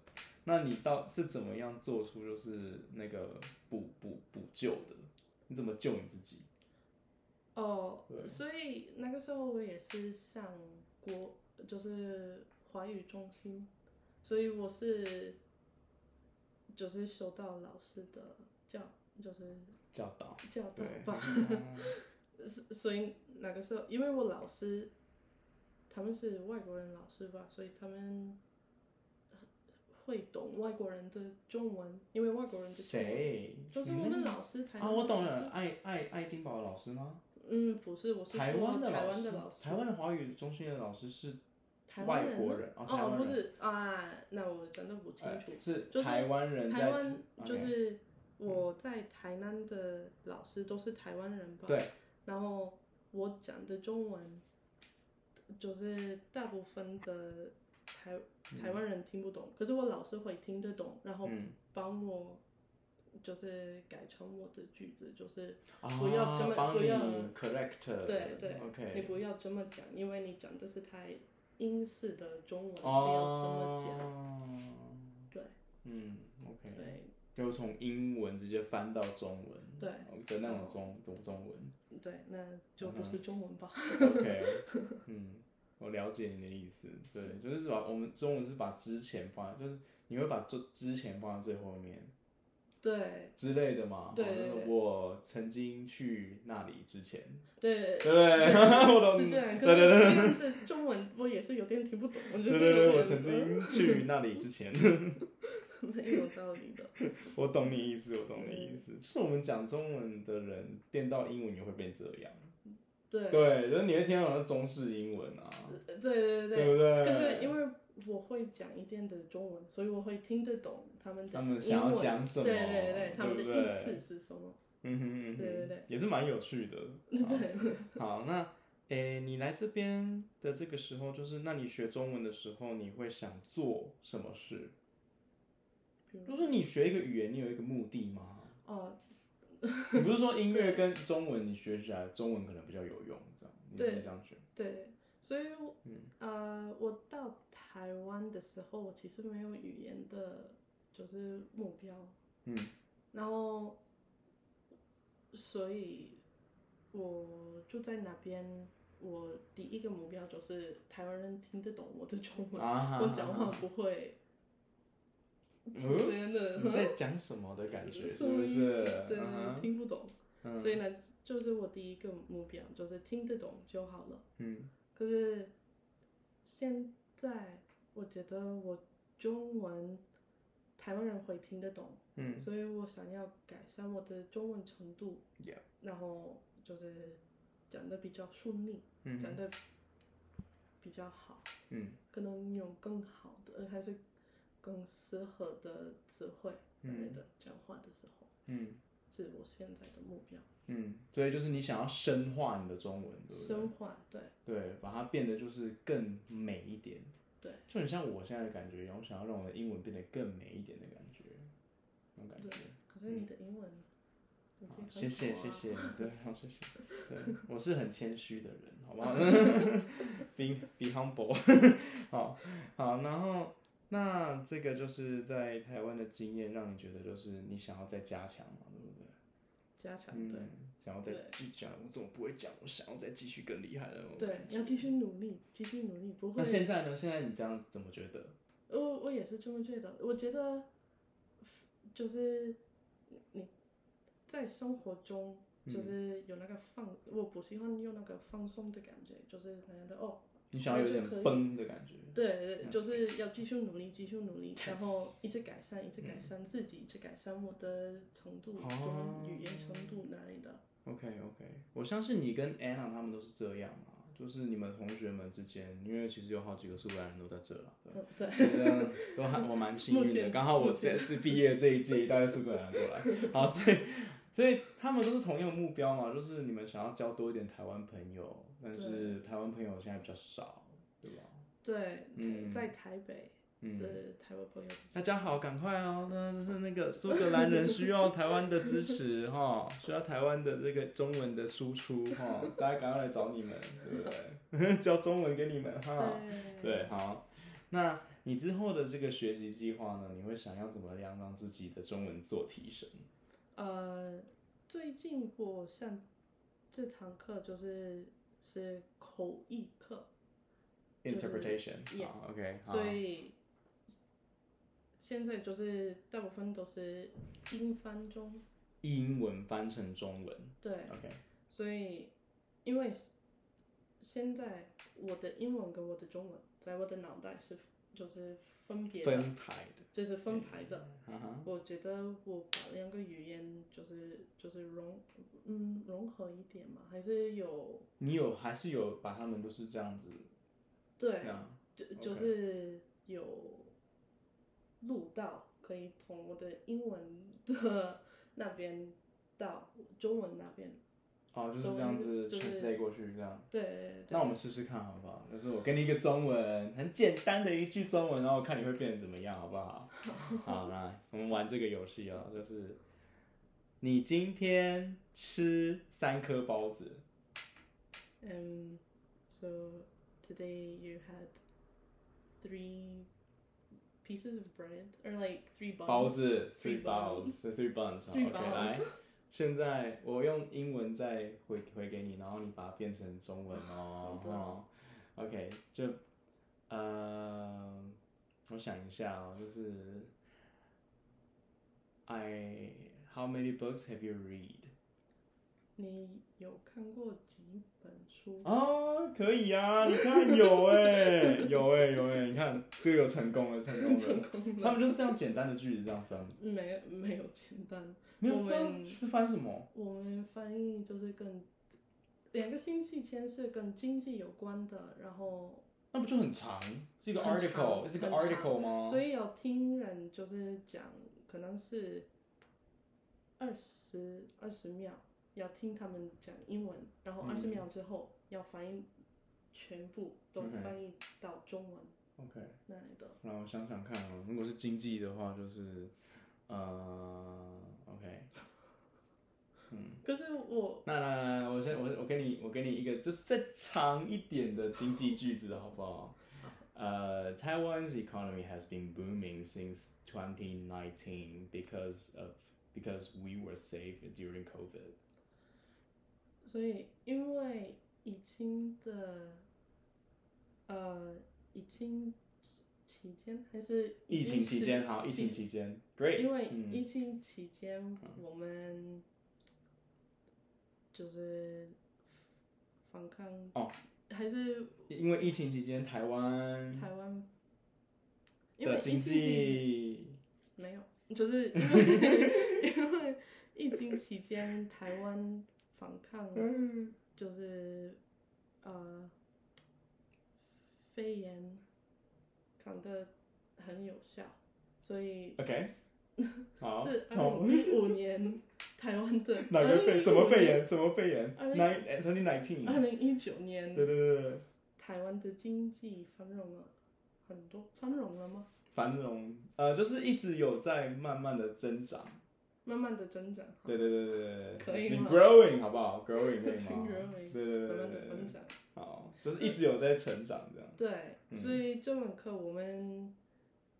Speaker 2: 那你到是怎么样做出就是那个补补补救的？你怎么救你自己？
Speaker 1: 哦
Speaker 2: 对，
Speaker 1: 所以那个时候我也是上国，就是华语中心，所以我是就是修道老师的教，就是
Speaker 2: 教导，
Speaker 1: 教导
Speaker 2: 对，
Speaker 1: 吧。是所以那个时候，因为我老师他们是外国人老师吧，所以他们会懂外国人的中文，因为外国人的中文
Speaker 2: 谁？
Speaker 1: 就是
Speaker 2: 你
Speaker 1: 我
Speaker 2: 那
Speaker 1: 们
Speaker 2: 个
Speaker 1: 老师台
Speaker 2: 啊，
Speaker 1: 湾
Speaker 2: 我
Speaker 1: 的
Speaker 2: 懂
Speaker 1: 老
Speaker 2: 了，
Speaker 1: 师。
Speaker 2: 爱爱爱丁堡的老师吗？
Speaker 1: 嗯，不是，我是
Speaker 2: 台
Speaker 1: 说
Speaker 2: 湾的
Speaker 1: 台
Speaker 2: 老
Speaker 1: 湾
Speaker 2: 师
Speaker 1: 的老，师，
Speaker 2: 台湾的华语中心的老师是
Speaker 1: 台
Speaker 2: 外
Speaker 1: 湾人
Speaker 2: 国
Speaker 1: 吗
Speaker 2: 人哦台
Speaker 1: 哦，
Speaker 2: 湾
Speaker 1: 不
Speaker 2: 人
Speaker 1: 是啊，那我真的不清
Speaker 2: 呃
Speaker 1: 楚。
Speaker 2: 是
Speaker 1: 就是
Speaker 2: 台湾人在
Speaker 1: 台湾就
Speaker 2: OK
Speaker 1: 是我在台南的老师都是台湾人吧？
Speaker 2: 对，
Speaker 1: 然后我讲的中文，就是大部分的台台湾人听不懂，可是我老师会听得懂，然后
Speaker 2: 嗯
Speaker 1: 帮我就是改成我的句子，就是
Speaker 2: 啊
Speaker 1: 不要这么
Speaker 2: 帮
Speaker 1: 不
Speaker 2: 你
Speaker 1: 要
Speaker 2: correct，
Speaker 1: 对对你
Speaker 2: ，OK，
Speaker 1: 不要这么讲，因为你讲的是太英式的中文，不要这么讲。
Speaker 2: 哦，
Speaker 1: 对
Speaker 2: 嗯，OK，
Speaker 1: 对
Speaker 2: 就从英文直接翻到中文，
Speaker 1: 对
Speaker 2: 哦的那种中读中文
Speaker 1: 对，那就不是中文吧？
Speaker 2: ，OK，嗯，我了解你的意思，
Speaker 1: 嗯
Speaker 2: 对，就是把我们中文是把之前放，就是你会把之之前放在最后面。
Speaker 1: 对
Speaker 2: 之类的嘛，
Speaker 1: 对
Speaker 2: 哦就是
Speaker 1: 对对
Speaker 2: 我曾经去那里之前，对
Speaker 1: 对
Speaker 2: 不对？ 我懂，
Speaker 1: 是这
Speaker 2: 对
Speaker 1: 样，
Speaker 2: 对
Speaker 1: 可是
Speaker 2: 对
Speaker 1: 台湾的中文我也是有点听不懂，我就
Speaker 2: 对
Speaker 1: 是
Speaker 2: 对
Speaker 1: 有
Speaker 2: 对，
Speaker 1: 点嗯
Speaker 2: 我曾经 去那里之前，
Speaker 1: 没有道理的。
Speaker 2: 我懂你意思，我懂你意思，就是我们讲中文的人变到英文也会变这样，
Speaker 1: 对
Speaker 2: 对，就是你会听到好像中式英文啊，
Speaker 1: 对对
Speaker 2: 对不对？
Speaker 1: 可是因为我会讲一点的中文，所以我会听得懂他们的
Speaker 2: 他们想要
Speaker 1: 英文
Speaker 2: 讲什么
Speaker 1: 对对对，他们的
Speaker 2: 对不对
Speaker 1: 意思是什么？
Speaker 2: 嗯哼嗯哼，
Speaker 1: 对对对，
Speaker 2: 也是蛮有趣的。好
Speaker 1: 对，
Speaker 2: 好，那诶，你来这边的这个时候，就是那你学中文的时候，你会想做什么事？
Speaker 1: 比如
Speaker 2: 就是你学一个语言，你有一个目的吗？
Speaker 1: 哦，
Speaker 2: 你不是说音乐跟中文你学起来，中文可能比较有用，这样你是
Speaker 1: 对
Speaker 2: 这样觉得？
Speaker 1: 对，所以我
Speaker 2: 嗯
Speaker 1: 呃，我到台湾的时候，我其实没有语言的，就是目标，
Speaker 2: 嗯
Speaker 1: 然后，所以我就在那边。我第一个目标就是台湾人听得懂我的中文，
Speaker 2: 啊
Speaker 1: 我讲话不会，
Speaker 2: 嗯
Speaker 1: 真的
Speaker 2: 你在讲什么的感觉，是
Speaker 1: 什么
Speaker 2: 不
Speaker 1: 意
Speaker 2: 是
Speaker 1: 思？对，
Speaker 2: 嗯哼
Speaker 1: 听不懂。
Speaker 2: 嗯
Speaker 1: 所以呢，就是我第一个目标就是听得懂就好了。
Speaker 2: 嗯
Speaker 1: 可是现在我觉得我中文台湾人会听得懂，
Speaker 2: 嗯
Speaker 1: 所以我想要改善我的中文程度
Speaker 2: Yeah
Speaker 1: 然后就是讲的比较顺利，
Speaker 2: 嗯
Speaker 1: 讲
Speaker 2: 哼
Speaker 1: 的比较好，
Speaker 2: 嗯
Speaker 1: 可能有更好的还是更适合的词汇来的讲话的时候。
Speaker 2: 嗯
Speaker 1: 是我现在的目标，
Speaker 2: 嗯，所以就是你想要深化你的中文，对不对？
Speaker 1: 深化，对
Speaker 2: 对，把它变得就是更美一点，
Speaker 1: 对
Speaker 2: 就很像我现在的感觉一样，我想要让我的英文变得更美一点的感觉，那种感
Speaker 1: 对
Speaker 2: 觉。。嗯
Speaker 1: 可是你的英文已经
Speaker 2: 好
Speaker 1: 很好啊，
Speaker 2: 谢谢谢谢， 对，好谢谢，对，我是很谦虚的人，好 不好？Be be humble，好 好，然后那这个就是在台湾的经验，让你觉得就是你想要再加强嘛，对不对？
Speaker 1: 加强，对
Speaker 2: 嗯，想要再
Speaker 1: 对
Speaker 2: 继续讲，我怎么不会讲？我想要再继续更厉害了。
Speaker 1: 对，要继续努力，继续努力，不
Speaker 2: 那
Speaker 1: 会。
Speaker 2: 现在呢？现在你这样怎么觉得？
Speaker 1: 我我也是这么觉得，我觉得就是你在生活中。就是有那个放，我不喜欢用那个放松的感觉，就是那样的哦，
Speaker 2: 你想要有
Speaker 1: 那就
Speaker 2: 点
Speaker 1: 可以
Speaker 2: 崩的感觉。
Speaker 1: 对，对就是要继续努力，继续努力，然后一直改善，一直改善自己，一直改善我的程度，
Speaker 2: 哦
Speaker 1: 中文语言程度哪里的，
Speaker 2: OK OK，我相信你跟 Anna 他们都是这样啊，就是你们同学们之间，因为其实有好几个苏格兰人都在这了，对。
Speaker 1: 嗯，对，
Speaker 2: 觉得都还我蛮幸运
Speaker 1: 目
Speaker 2: 的，
Speaker 1: 前
Speaker 2: 刚好我这次毕业这一届一大堆苏格兰过来， 好，所以所以他们都是同样的目标嘛，就是你们想要交多一点台湾朋友，但是台湾朋友现在比较少，对吧？
Speaker 1: 对，
Speaker 2: 嗯
Speaker 1: 在台北
Speaker 2: 嗯，
Speaker 1: 的台湾朋友，
Speaker 2: 大家好，赶快哦！那就是那个苏格兰人需要台湾的支持哈，需要台湾的这个中文的输出哈，大家赶快来找你们，对不对？ 教中文给你们哈。
Speaker 1: 啊对，
Speaker 2: 对，好。那你之后的这个学习计划呢？你会想要怎么样让自己的中文做提升？
Speaker 1: 呃，最近我上这堂课就是是口译课，就是
Speaker 2: Interpretation，、
Speaker 1: Yeah
Speaker 2: 好，OK，好，
Speaker 1: 所以现在就是大部分都是英翻中，
Speaker 2: 英文翻成中文
Speaker 1: 对，
Speaker 2: ，OK，
Speaker 1: 所以因为现在我的英文跟我的中文在我的脑袋是就是分别的，
Speaker 2: 分嗯排的，
Speaker 1: 就是分排的。
Speaker 2: 哈哈，
Speaker 1: 我觉得我把两个语言就是就是融嗯融合一点嘛，还是有
Speaker 2: 你有还是有把他们都是这样子，
Speaker 1: 对
Speaker 2: 这，样
Speaker 1: 就
Speaker 2: OK
Speaker 1: 就是有录到可以从我的英文的那边到中文那边，
Speaker 2: 哦，就是
Speaker 1: 中
Speaker 2: 这样
Speaker 1: 文
Speaker 2: 子
Speaker 1: 就是
Speaker 2: translate 过去这样。
Speaker 1: 对对对
Speaker 2: 那我们试试看好不好？就是我给你一个中文，很简单的一句中文，然后看你会变得怎么样，好不 好？好，来，我们玩这个游戏哦，就是你今天吃三颗包子，
Speaker 1: Um, so today you had three pieces of bread, or like three buns.
Speaker 2: 包子 three
Speaker 1: Three
Speaker 2: buns，three buns，
Speaker 1: Three
Speaker 2: 好 OK，
Speaker 1: buns
Speaker 2: 来，现在我用英文再回回给你，然后你把它变成中文哦。
Speaker 1: 好的
Speaker 2: 哦 OK，就呃，我想一下哦，就是，I how many books have you read？
Speaker 1: 你有看过几本书？
Speaker 2: 哦，可以啊，你看有哎、有哎、有哎、你看这个有成功了，成功了。
Speaker 1: 功
Speaker 2: 他们就是这样简单的句子这样分，
Speaker 1: 没有没有简单，
Speaker 2: 没
Speaker 1: 我
Speaker 2: 有
Speaker 1: 们
Speaker 2: 分是翻什么？
Speaker 1: 我们翻译就是跟两个星期前是跟经济有关的，然后
Speaker 2: 那不就很长？是一个
Speaker 1: 很长
Speaker 2: article，是一个
Speaker 1: 很长
Speaker 2: article 吗？
Speaker 1: 所以有听人就是讲，可能是二十二十秒要听他们讲英文，然后
Speaker 2: 嗯
Speaker 1: 二十秒之后要翻译全部都
Speaker 2: OK
Speaker 1: 翻译到中文
Speaker 2: OK，
Speaker 1: 那里的。
Speaker 2: 让我想想看哦，如果是经济的话，就是呃，OK，嗯
Speaker 1: 可是我
Speaker 2: 那那那我先我我给你我给你一个就是再长一点的经济句子好不好？呃、t a i w a n s economy has been booming since 2019 because of because we were safe during COVID。
Speaker 1: 所以因为已经的呃已经期间还是已
Speaker 2: 疫
Speaker 1: 经
Speaker 2: 情期
Speaker 1: 是
Speaker 2: 间，好，疫情期间，Great。
Speaker 1: 因为
Speaker 2: 嗯
Speaker 1: 疫情期间，我们就是反抗
Speaker 2: 哦，
Speaker 1: 还是
Speaker 2: 因为疫情期间台湾
Speaker 1: 台湾，因
Speaker 2: 嗯
Speaker 1: 为
Speaker 2: 的
Speaker 1: 疫
Speaker 2: 经
Speaker 1: 情期
Speaker 2: 济
Speaker 1: 没有，就是因 为因为疫情期间台湾反抗
Speaker 2: 嗯
Speaker 1: 就是呃肺炎扛得很有效，所以
Speaker 2: OK，好，
Speaker 1: 自二
Speaker 2: 好，
Speaker 1: 零一五 年台湾的
Speaker 2: 哪个肺？什么肺炎？什么肺炎
Speaker 1: 二零
Speaker 2: ？Nine uh, twenty nineteen。
Speaker 1: 二零一九
Speaker 2: 对对
Speaker 1: 年
Speaker 2: 对对，
Speaker 1: 台湾的经济繁荣了很多，繁荣了吗？
Speaker 2: 繁荣，呃，就是一直有在慢慢的增长。
Speaker 1: 慢慢的增长，
Speaker 2: 对对对对对，
Speaker 1: 可以
Speaker 2: 你
Speaker 1: 吗
Speaker 2: growing 好不好？growing 可以
Speaker 1: It's
Speaker 2: 吗
Speaker 1: growing，？
Speaker 2: 对对对
Speaker 1: 慢
Speaker 2: 对
Speaker 1: 慢的
Speaker 2: 对
Speaker 1: 增，长。
Speaker 2: 好，就是一直有在成长这样。
Speaker 1: 对，
Speaker 2: 嗯
Speaker 1: 所以这门课我们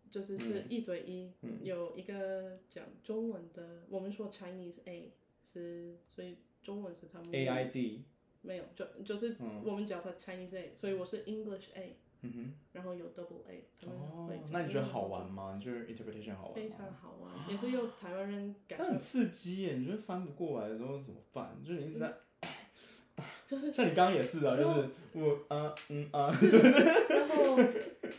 Speaker 1: 就是是一对一，
Speaker 2: 嗯
Speaker 1: 有一个讲中文的，我们说 Chinese A 是，所以中文是他们
Speaker 2: AID，
Speaker 1: 没有，就就是
Speaker 2: 啊嗯
Speaker 1: 我们叫他 Chinese A，所以我是 English A，
Speaker 2: 嗯
Speaker 1: 然后有 Double A，他
Speaker 2: 哼，
Speaker 1: 们
Speaker 2: 哦
Speaker 1: 会讲，
Speaker 2: 那你觉得好
Speaker 1: 英
Speaker 2: 玩
Speaker 1: 文？
Speaker 2: 吗？你觉得 interpretation 好玩
Speaker 1: 非
Speaker 2: 吗啊
Speaker 1: 常？好玩，也是有台湾人 感
Speaker 2: 那很
Speaker 1: 受，
Speaker 2: 刺激耶！你觉得翻不过来的时候怎么办？就是你一直在，
Speaker 1: 就是
Speaker 2: 像你刚刚也是啊，
Speaker 1: 然
Speaker 2: 就
Speaker 1: 后
Speaker 2: 是我啊嗯啊，
Speaker 1: 然后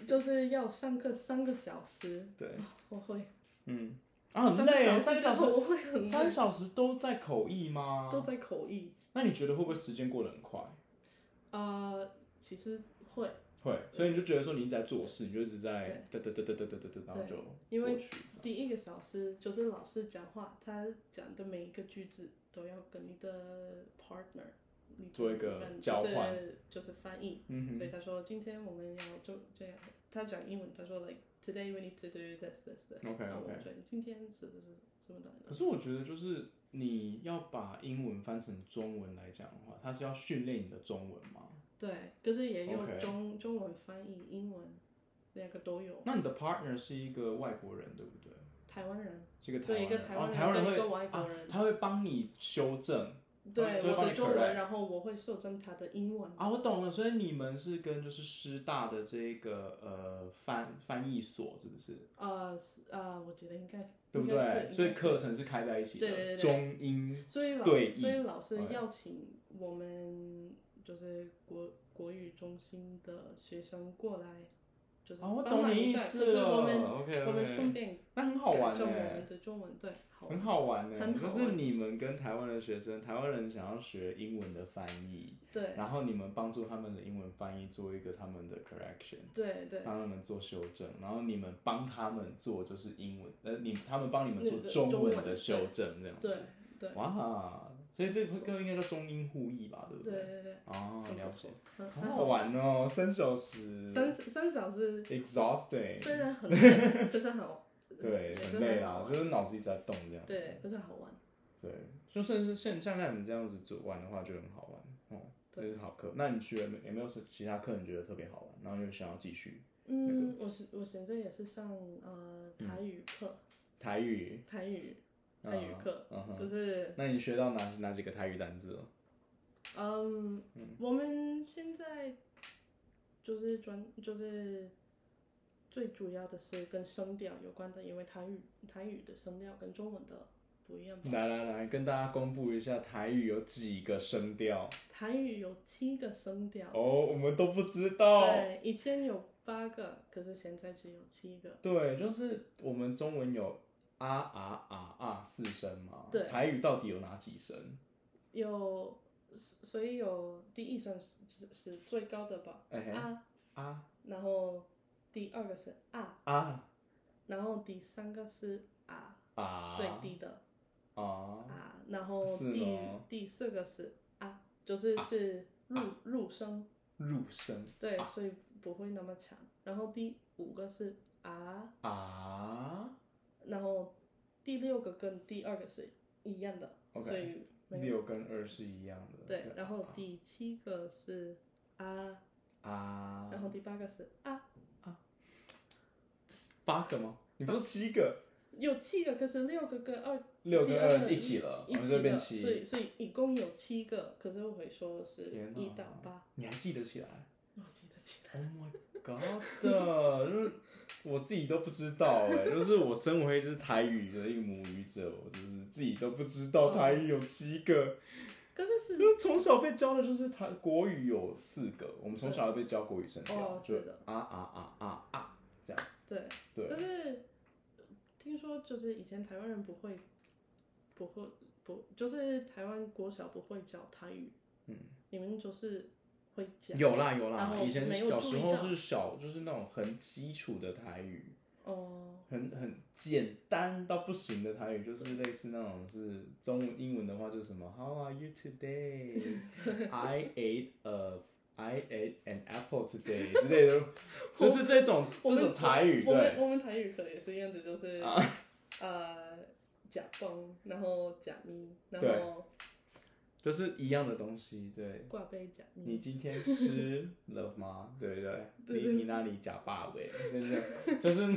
Speaker 1: 就是要上课三个小时，哦
Speaker 2: 对，
Speaker 1: 我会
Speaker 2: 嗯，啊，很
Speaker 1: 三个
Speaker 2: 累耶，
Speaker 1: 小
Speaker 2: 三
Speaker 1: 时
Speaker 2: 小
Speaker 1: 之后
Speaker 2: 时，啊
Speaker 1: 我会很
Speaker 2: 三
Speaker 1: 累，
Speaker 2: 小时都在口译吗？
Speaker 1: 都在口译。
Speaker 2: 那你觉得会不会时间过得很快？
Speaker 1: 呃，其实会，
Speaker 2: 会，所以你就觉得说你一直在做事，你就一直在嘚嘚嘚嘚嘚嘚嘚嘚，然后
Speaker 1: 对
Speaker 2: 就
Speaker 1: 因为
Speaker 2: 过去这样
Speaker 1: 第一个小时就是老师讲话，他讲的每一个句子都要跟你的 partner 你
Speaker 2: 做一个
Speaker 1: 们
Speaker 2: 交换
Speaker 1: 就是，就是翻译。所以
Speaker 2: 嗯
Speaker 1: 他说今天我们要就这样，他讲英文，他说 like today we need to do this this this，
Speaker 2: 哼，OK
Speaker 1: 然后我
Speaker 2: OK。
Speaker 1: 说你今天是是是什么的？
Speaker 2: 可是我觉得就是你要把英文翻成中文来讲的话，它是要训练你的中文嘛？
Speaker 1: 对，可是也有
Speaker 2: OK
Speaker 1: 中中文翻译，英文两个都有。
Speaker 2: 那你的 partner 是一个外国人，对不对？
Speaker 1: 台湾人，
Speaker 2: 是一个台
Speaker 1: 所
Speaker 2: 湾
Speaker 1: 以一
Speaker 2: 人，
Speaker 1: 个台湾
Speaker 2: 哦
Speaker 1: 人
Speaker 2: 台湾人
Speaker 1: 跟一
Speaker 2: 会
Speaker 1: 个外国人
Speaker 2: 啊，他会帮你修正，他
Speaker 1: 对
Speaker 2: 就会
Speaker 1: 我
Speaker 2: 帮
Speaker 1: 的
Speaker 2: 你
Speaker 1: 中文，
Speaker 2: correct
Speaker 1: 然后我会授证他的英文。
Speaker 2: 啊，我懂了，所以你们是跟就是师大的这个呃翻翻译所是不是？
Speaker 1: 呃是呃，我觉得应该是
Speaker 2: 对不
Speaker 1: 应该
Speaker 2: 对？
Speaker 1: 是
Speaker 2: 所以
Speaker 1: 应该是
Speaker 2: 课程是开在一起的，
Speaker 1: 对对对对
Speaker 2: 中英
Speaker 1: 所以老
Speaker 2: 嗯对
Speaker 1: 所以
Speaker 2: 弈
Speaker 1: 老师
Speaker 2: 对
Speaker 1: 邀请我们就是国国语中心的学生过来，就是
Speaker 2: 哦我
Speaker 1: 帮忙
Speaker 2: 懂你
Speaker 1: 一
Speaker 2: 意
Speaker 1: 下
Speaker 2: 思
Speaker 1: 就是我
Speaker 2: 了
Speaker 1: 们
Speaker 2: OK，
Speaker 1: 我们
Speaker 2: OK
Speaker 1: 顺便
Speaker 2: 那很好
Speaker 1: 改
Speaker 2: 玩
Speaker 1: 正我
Speaker 2: 欸
Speaker 1: 们的中文，对，好
Speaker 2: 很好玩呢、
Speaker 1: 很好
Speaker 2: 就
Speaker 1: 玩
Speaker 2: 是你们跟台湾的学生，台湾人想要学英文的翻译，
Speaker 1: 对
Speaker 2: 然后你们帮助他们的英文翻译做一个他们的 correction，
Speaker 1: 对对
Speaker 2: 帮他们做修正，然后你们帮他们做就是英文，呃，你他们帮你们做
Speaker 1: 那个
Speaker 2: 中
Speaker 1: 中
Speaker 2: 文
Speaker 1: 文
Speaker 2: 的
Speaker 1: 对
Speaker 2: 修正这样子。
Speaker 1: 对对
Speaker 2: 哇，所以这个课应该叫中英互译吧，对不
Speaker 1: 对
Speaker 2: 对
Speaker 1: 对对，
Speaker 2: 哦，
Speaker 1: 很不
Speaker 2: 了解
Speaker 1: 错，很
Speaker 2: 好
Speaker 1: 很
Speaker 2: 好玩哦，三小时
Speaker 1: 三三小时
Speaker 2: ，exhausting，
Speaker 1: 虽然很累， 可是很
Speaker 2: 对，
Speaker 1: 嗯也
Speaker 2: 很
Speaker 1: 是
Speaker 2: 累
Speaker 1: 很
Speaker 2: 啊
Speaker 1: 好，玩
Speaker 2: 就是脑子一直在动这样。
Speaker 1: 对，可是好玩。
Speaker 2: 对，就甚至现像像你们这样子组玩的话，就很好玩哦，这
Speaker 1: 对
Speaker 2: 是好课。那你觉得有没有是其他课你觉得特别好玩，然后又想要继续
Speaker 1: 嗯，我是我现在也是上呃台语课，
Speaker 2: 嗯台语？
Speaker 1: 台
Speaker 2: 嗯
Speaker 1: 语台语课
Speaker 2: 嗯，哼
Speaker 1: 可是
Speaker 2: 那你学到哪哪几个台语单字了？
Speaker 1: 嗯，我们现在就是专就是最主要的是跟声调有关的，因为台语台语的声调跟中文的不一样吧。
Speaker 2: 来来来，跟大家公布一下台语有几个声调
Speaker 1: 台语有七个声调，
Speaker 2: 哦，我们都不知道。
Speaker 1: 对，以前有八个，可是现在只有七个。
Speaker 2: 对，就是我们中文有啊啊啊啊四声嘛，
Speaker 1: 对
Speaker 2: 台语到底有哪几声？
Speaker 1: 有，所以有第一声是是是最高的吧？
Speaker 2: 哎嘿
Speaker 1: 啊，
Speaker 2: 啊
Speaker 1: 然后第二个是啊，
Speaker 2: 啊
Speaker 1: 然后第三个是啊，
Speaker 2: 啊，
Speaker 1: 最低的
Speaker 2: 啊，
Speaker 1: 啊，然后
Speaker 2: 是
Speaker 1: 第
Speaker 2: 吗
Speaker 1: 第四个是啊，就是是入
Speaker 2: 啊
Speaker 1: 入声，
Speaker 2: 入声
Speaker 1: 对，所以不会那么长。然后第五个是啊，
Speaker 2: 啊，
Speaker 1: 然后第六个跟第二个是一样的
Speaker 2: OK，
Speaker 1: 所以没有
Speaker 2: 六跟二是一样的。
Speaker 1: 对。然后第七个是啊，
Speaker 2: 啊，
Speaker 1: 然后第八个是啊，
Speaker 2: 八个吗？你不是七个，
Speaker 1: 有七个，可是六个跟二
Speaker 2: 六
Speaker 1: 第
Speaker 2: 跟
Speaker 1: 二
Speaker 2: 二
Speaker 1: 个
Speaker 2: 一起了，
Speaker 1: 一
Speaker 2: 我们
Speaker 1: 起
Speaker 2: 这边
Speaker 1: 的所以
Speaker 2: 七。
Speaker 1: 所以一共有七个，可是我会说是
Speaker 2: 天哪
Speaker 1: 一到 八，
Speaker 2: 你还记得起来
Speaker 1: 我记得起来。
Speaker 2: ？Oh my god！就是 我自己都不知道哎、就是我身为就是台语的一个母语者，我就是自己都不知道台语有七个，
Speaker 1: 可是是
Speaker 2: 因为从小被教的就是台国语有四个，我们从小被教国语声调，
Speaker 1: 哦
Speaker 2: 就是
Speaker 1: 的
Speaker 2: 啊啊啊啊啊这样，
Speaker 1: 对，
Speaker 2: 对
Speaker 1: 但是听说就是以前台湾人不会，不会不就是台湾国小不会教台语，
Speaker 2: 嗯。
Speaker 1: 你们就是会讲
Speaker 2: 有啦有
Speaker 1: 然
Speaker 2: 啦，
Speaker 1: 后
Speaker 2: 以前
Speaker 1: 没有
Speaker 2: 小
Speaker 1: 注
Speaker 2: 时
Speaker 1: 意
Speaker 2: 候
Speaker 1: 到
Speaker 2: 是小，就是那种很基础的台语，
Speaker 1: 哦，
Speaker 2: 很很简单到不行的台语，就是类似那种是中文英文的话，就是什么 How are you today? I ate a I ate an apple today 之类 的，就是这种
Speaker 1: 我
Speaker 2: 这
Speaker 1: 们
Speaker 2: 种台语
Speaker 1: 我们
Speaker 2: 对啊
Speaker 1: 我们台语课也是一样的，就是、呃假崩，然后假咪，然
Speaker 2: 对
Speaker 1: 后
Speaker 2: 就是一样的东西，对。
Speaker 1: 挂杯假咪。
Speaker 2: 你今天湿了 吗？对不对？
Speaker 1: 嗯对
Speaker 2: 你你那里假霸尾，真的 就是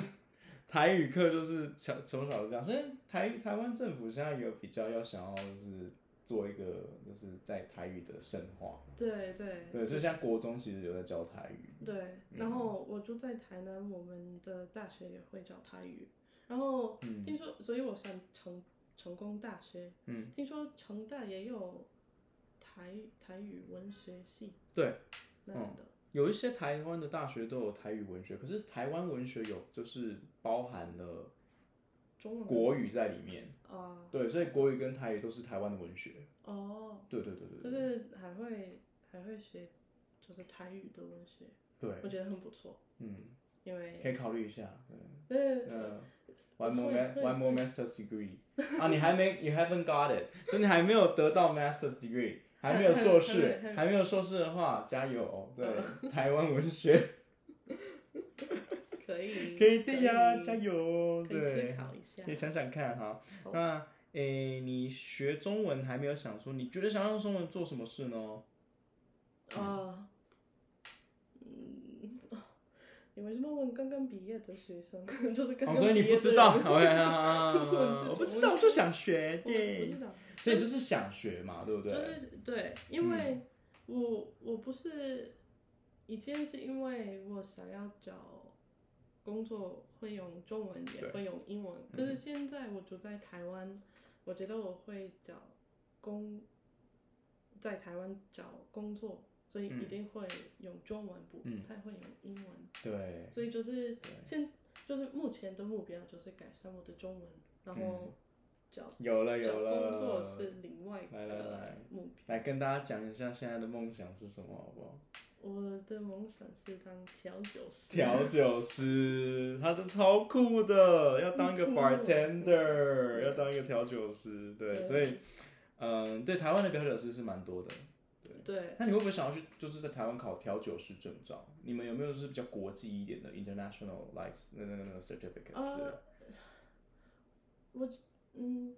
Speaker 2: 台语课就是从从小是这样，所以台台湾政府现在有比较要想要就是做一个就是在台语的深化，
Speaker 1: 对对
Speaker 2: 对，所以现在国中其实有在教台语，
Speaker 1: 对，
Speaker 2: 嗯
Speaker 1: 然后我住在台南，我们的大学也会教台语。然后听说，所以我上成成功大学，
Speaker 2: 嗯，
Speaker 1: 听说成大也有台台语文学系
Speaker 2: 对，嗯
Speaker 1: 那样的。
Speaker 2: 有一些台湾的大学都有台语文学，可是台湾文学有就是包含了
Speaker 1: 中文
Speaker 2: 国语在里面，
Speaker 1: 啊、
Speaker 2: 对，所以国语跟台语都是台湾的文学，
Speaker 1: 哦，
Speaker 2: 对对对对
Speaker 1: 就
Speaker 2: 对
Speaker 1: 是还会还会学，就是台语的文学，
Speaker 2: 对，
Speaker 1: 我觉得很不错，
Speaker 2: 嗯，
Speaker 1: 因为
Speaker 2: 可以考虑一下，对。
Speaker 1: 呃
Speaker 2: 呃 one more
Speaker 1: 会
Speaker 2: ma-
Speaker 1: 会
Speaker 2: one more master's degree 啊，你还没 you haven't got it，就你还没有得到 master's degree，还没有硕士
Speaker 1: 还没还，没
Speaker 2: 还没有硕士的话，加油哦！
Speaker 1: 嗯
Speaker 2: 对，台湾文学
Speaker 1: 可以
Speaker 2: 可以的呀，
Speaker 1: 可以
Speaker 2: 加油哦！
Speaker 1: 可以
Speaker 2: 对
Speaker 1: 思，考一下
Speaker 2: 可以。想想看哈
Speaker 1: 好。
Speaker 2: 那诶，你学中文还没有想说，你觉得想要用中文做什么事呢？
Speaker 1: 啊，嗯，你为什么问刚刚毕业的学生？ 就是刚
Speaker 2: 哦，
Speaker 1: 刚、
Speaker 2: 所以你不知道，OK，啊
Speaker 1: 我
Speaker 2: 我不知道，我就想学，
Speaker 1: 我不
Speaker 2: 对
Speaker 1: 知，道，
Speaker 2: 所以就是想学嘛，对不对？嗯
Speaker 1: 就是对，因为我我不是以前是因为我想要找工作会用中文也
Speaker 2: 对嗯
Speaker 1: 会用英文，可是现在我住在台湾，我觉得我会找工在台湾找工作，所以一定会用中文，不
Speaker 2: 嗯
Speaker 1: 太会用英文，
Speaker 2: 对，
Speaker 1: 所以就是
Speaker 2: 对
Speaker 1: 现就是目前的目标就是改善我的中文，然后找
Speaker 2: 嗯有了有了，
Speaker 1: 找工作是另外
Speaker 2: 来来来
Speaker 1: 的目标。
Speaker 2: 来跟大家讲一下现在的梦想是什么，好不好？
Speaker 1: 我的梦想是当调酒师。
Speaker 2: 调酒师，他的超酷的，要当一个
Speaker 1: 很酷
Speaker 2: bartender，
Speaker 1: 嗯
Speaker 2: 要当一个调酒师，对，
Speaker 1: 对
Speaker 2: 所以，嗯，对，台湾的调酒师是蛮多的。
Speaker 1: 对，
Speaker 2: 那你会不会想要去，就是在台湾考调酒师证照？你们有没有就是比较国际一点的 international license 那那那那 certificate 之类的
Speaker 1: 呃？，我嗯，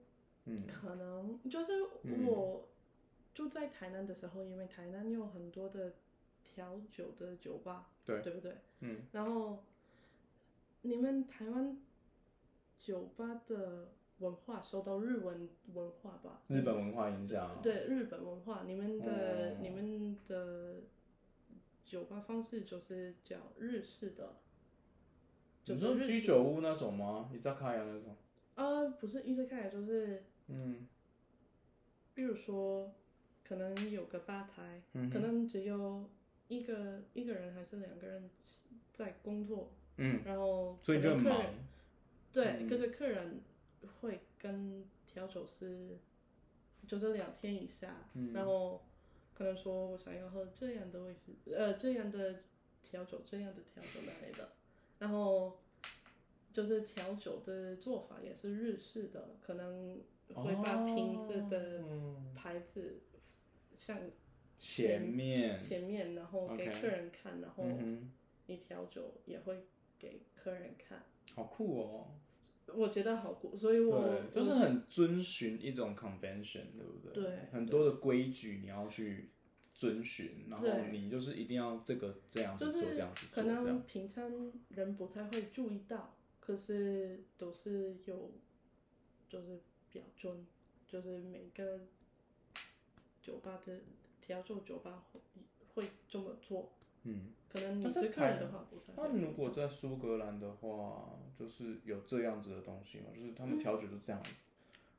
Speaker 2: 嗯，
Speaker 1: 可能就是
Speaker 2: 嗯
Speaker 1: 我住在台南的时候，因为台南有很多的调酒的酒吧，
Speaker 2: 对
Speaker 1: 对不对？
Speaker 2: 嗯，
Speaker 1: 然后你们台湾酒吧的文化受到日文文化吧？
Speaker 2: 日本文化影响，，
Speaker 1: 对日本文化，你们的、
Speaker 2: 哦
Speaker 1: 你们的酒吧方式就是叫日式的，就
Speaker 2: 你
Speaker 1: 是
Speaker 2: 说
Speaker 1: 日
Speaker 2: 居
Speaker 1: 式
Speaker 2: 酒屋那种吗？伊扎卡亚那种？
Speaker 1: 呃，不是伊斯卡，就是
Speaker 2: 嗯，
Speaker 1: 比如说，可能有个吧台，
Speaker 2: 嗯哼
Speaker 1: 可能只有一个一个人还是两个人在工作，
Speaker 2: 嗯，
Speaker 1: 然后
Speaker 2: 所以你就
Speaker 1: 可
Speaker 2: 很
Speaker 1: 能客
Speaker 2: 忙
Speaker 1: 人，对，
Speaker 2: 嗯
Speaker 1: 可是客人会跟调酒师就是聊天一下，
Speaker 2: 嗯
Speaker 1: 然后可能说我想要喝这样的威士，呃，这样的调酒，这样的调酒那类的，然后就是调酒的做法也是日式的，可能会把瓶子的
Speaker 2: 哦嗯
Speaker 1: 牌子像
Speaker 2: 前面，
Speaker 1: 前面，然后给
Speaker 2: OK
Speaker 1: 客人看，然后
Speaker 2: 嗯哼，
Speaker 1: 你调酒也会给客人看。
Speaker 2: 好酷哦。
Speaker 1: 我觉得好酷，所以我
Speaker 2: 对，就是很遵循一种 convention，对不对？
Speaker 1: 对
Speaker 2: 很多的规矩你要去遵循，然后
Speaker 1: 对
Speaker 2: 你就是一定要这个这样子
Speaker 1: 就
Speaker 2: 做，
Speaker 1: 是
Speaker 2: 这样子做，
Speaker 1: 可
Speaker 2: 这样
Speaker 1: 能。平常人不太会注意到，可是都是有，就是标准，就是每个酒吧的调酒酒吧会会这么做。
Speaker 2: 嗯，
Speaker 1: 可能你
Speaker 2: 但是
Speaker 1: 是客人
Speaker 2: 台
Speaker 1: 的话不太
Speaker 2: 那
Speaker 1: 会。
Speaker 2: 如果在苏格兰的话，就是有这样子的东西吗？就是他们调酒就这样，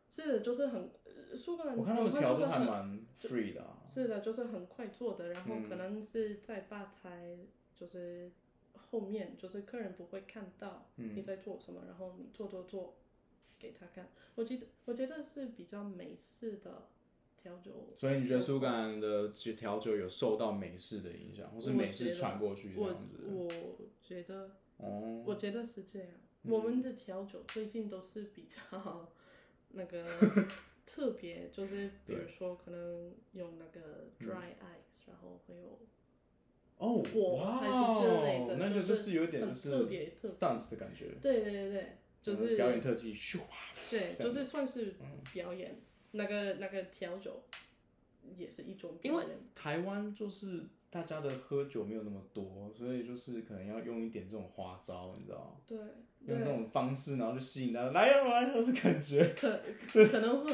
Speaker 1: 是就是很呃嗯苏格兰
Speaker 2: 我看他
Speaker 1: 文
Speaker 2: 们
Speaker 1: 化
Speaker 2: 调
Speaker 1: 就
Speaker 2: 都
Speaker 1: 是
Speaker 2: 还
Speaker 1: 很
Speaker 2: 蛮 free 的、啊。
Speaker 1: 是的，就是很快做的，然后
Speaker 2: 嗯
Speaker 1: 可能是在吧台，就是后面，就是客人不会看到
Speaker 2: 嗯
Speaker 1: 你在做什么，然后你做做做给他看。我觉得我觉得是比较美式的调酒，
Speaker 2: 所以你觉得苏格兰的其实调酒有受到美式的影响，或是
Speaker 1: 我
Speaker 2: 美
Speaker 1: 觉
Speaker 2: 式
Speaker 1: 得
Speaker 2: 传过去这
Speaker 1: 我
Speaker 2: 样子？
Speaker 1: 我觉得
Speaker 2: 哦，嗯
Speaker 1: 我觉得是这样。我们的调酒最近都是比较 那个特别，就是比如
Speaker 2: 对嗯
Speaker 1: 说可能用那个 dry ice，、然后会有
Speaker 2: 哦，
Speaker 1: 我
Speaker 2: 哇
Speaker 1: 还是这类的
Speaker 2: 哦那个
Speaker 1: 就是
Speaker 2: 是有点就
Speaker 1: 很
Speaker 2: 是
Speaker 1: 特别特别
Speaker 2: stunts 的感觉，
Speaker 1: 对对对对，就是
Speaker 2: 呃表演特技，咻啊！
Speaker 1: 对，
Speaker 2: 这样
Speaker 1: 就
Speaker 2: 嗯
Speaker 1: 是算是表演，那个那个调酒也是一种
Speaker 2: 因
Speaker 1: 表
Speaker 2: 为
Speaker 1: 演。
Speaker 2: 台湾就是大家的喝酒没有那么多，所以就是可能要用一点这种花招，你知道吗？
Speaker 1: 对
Speaker 2: 用这
Speaker 1: 对，
Speaker 2: 种方式，然后就吸引大家来呀、来呀、的 感觉，
Speaker 1: 可可能会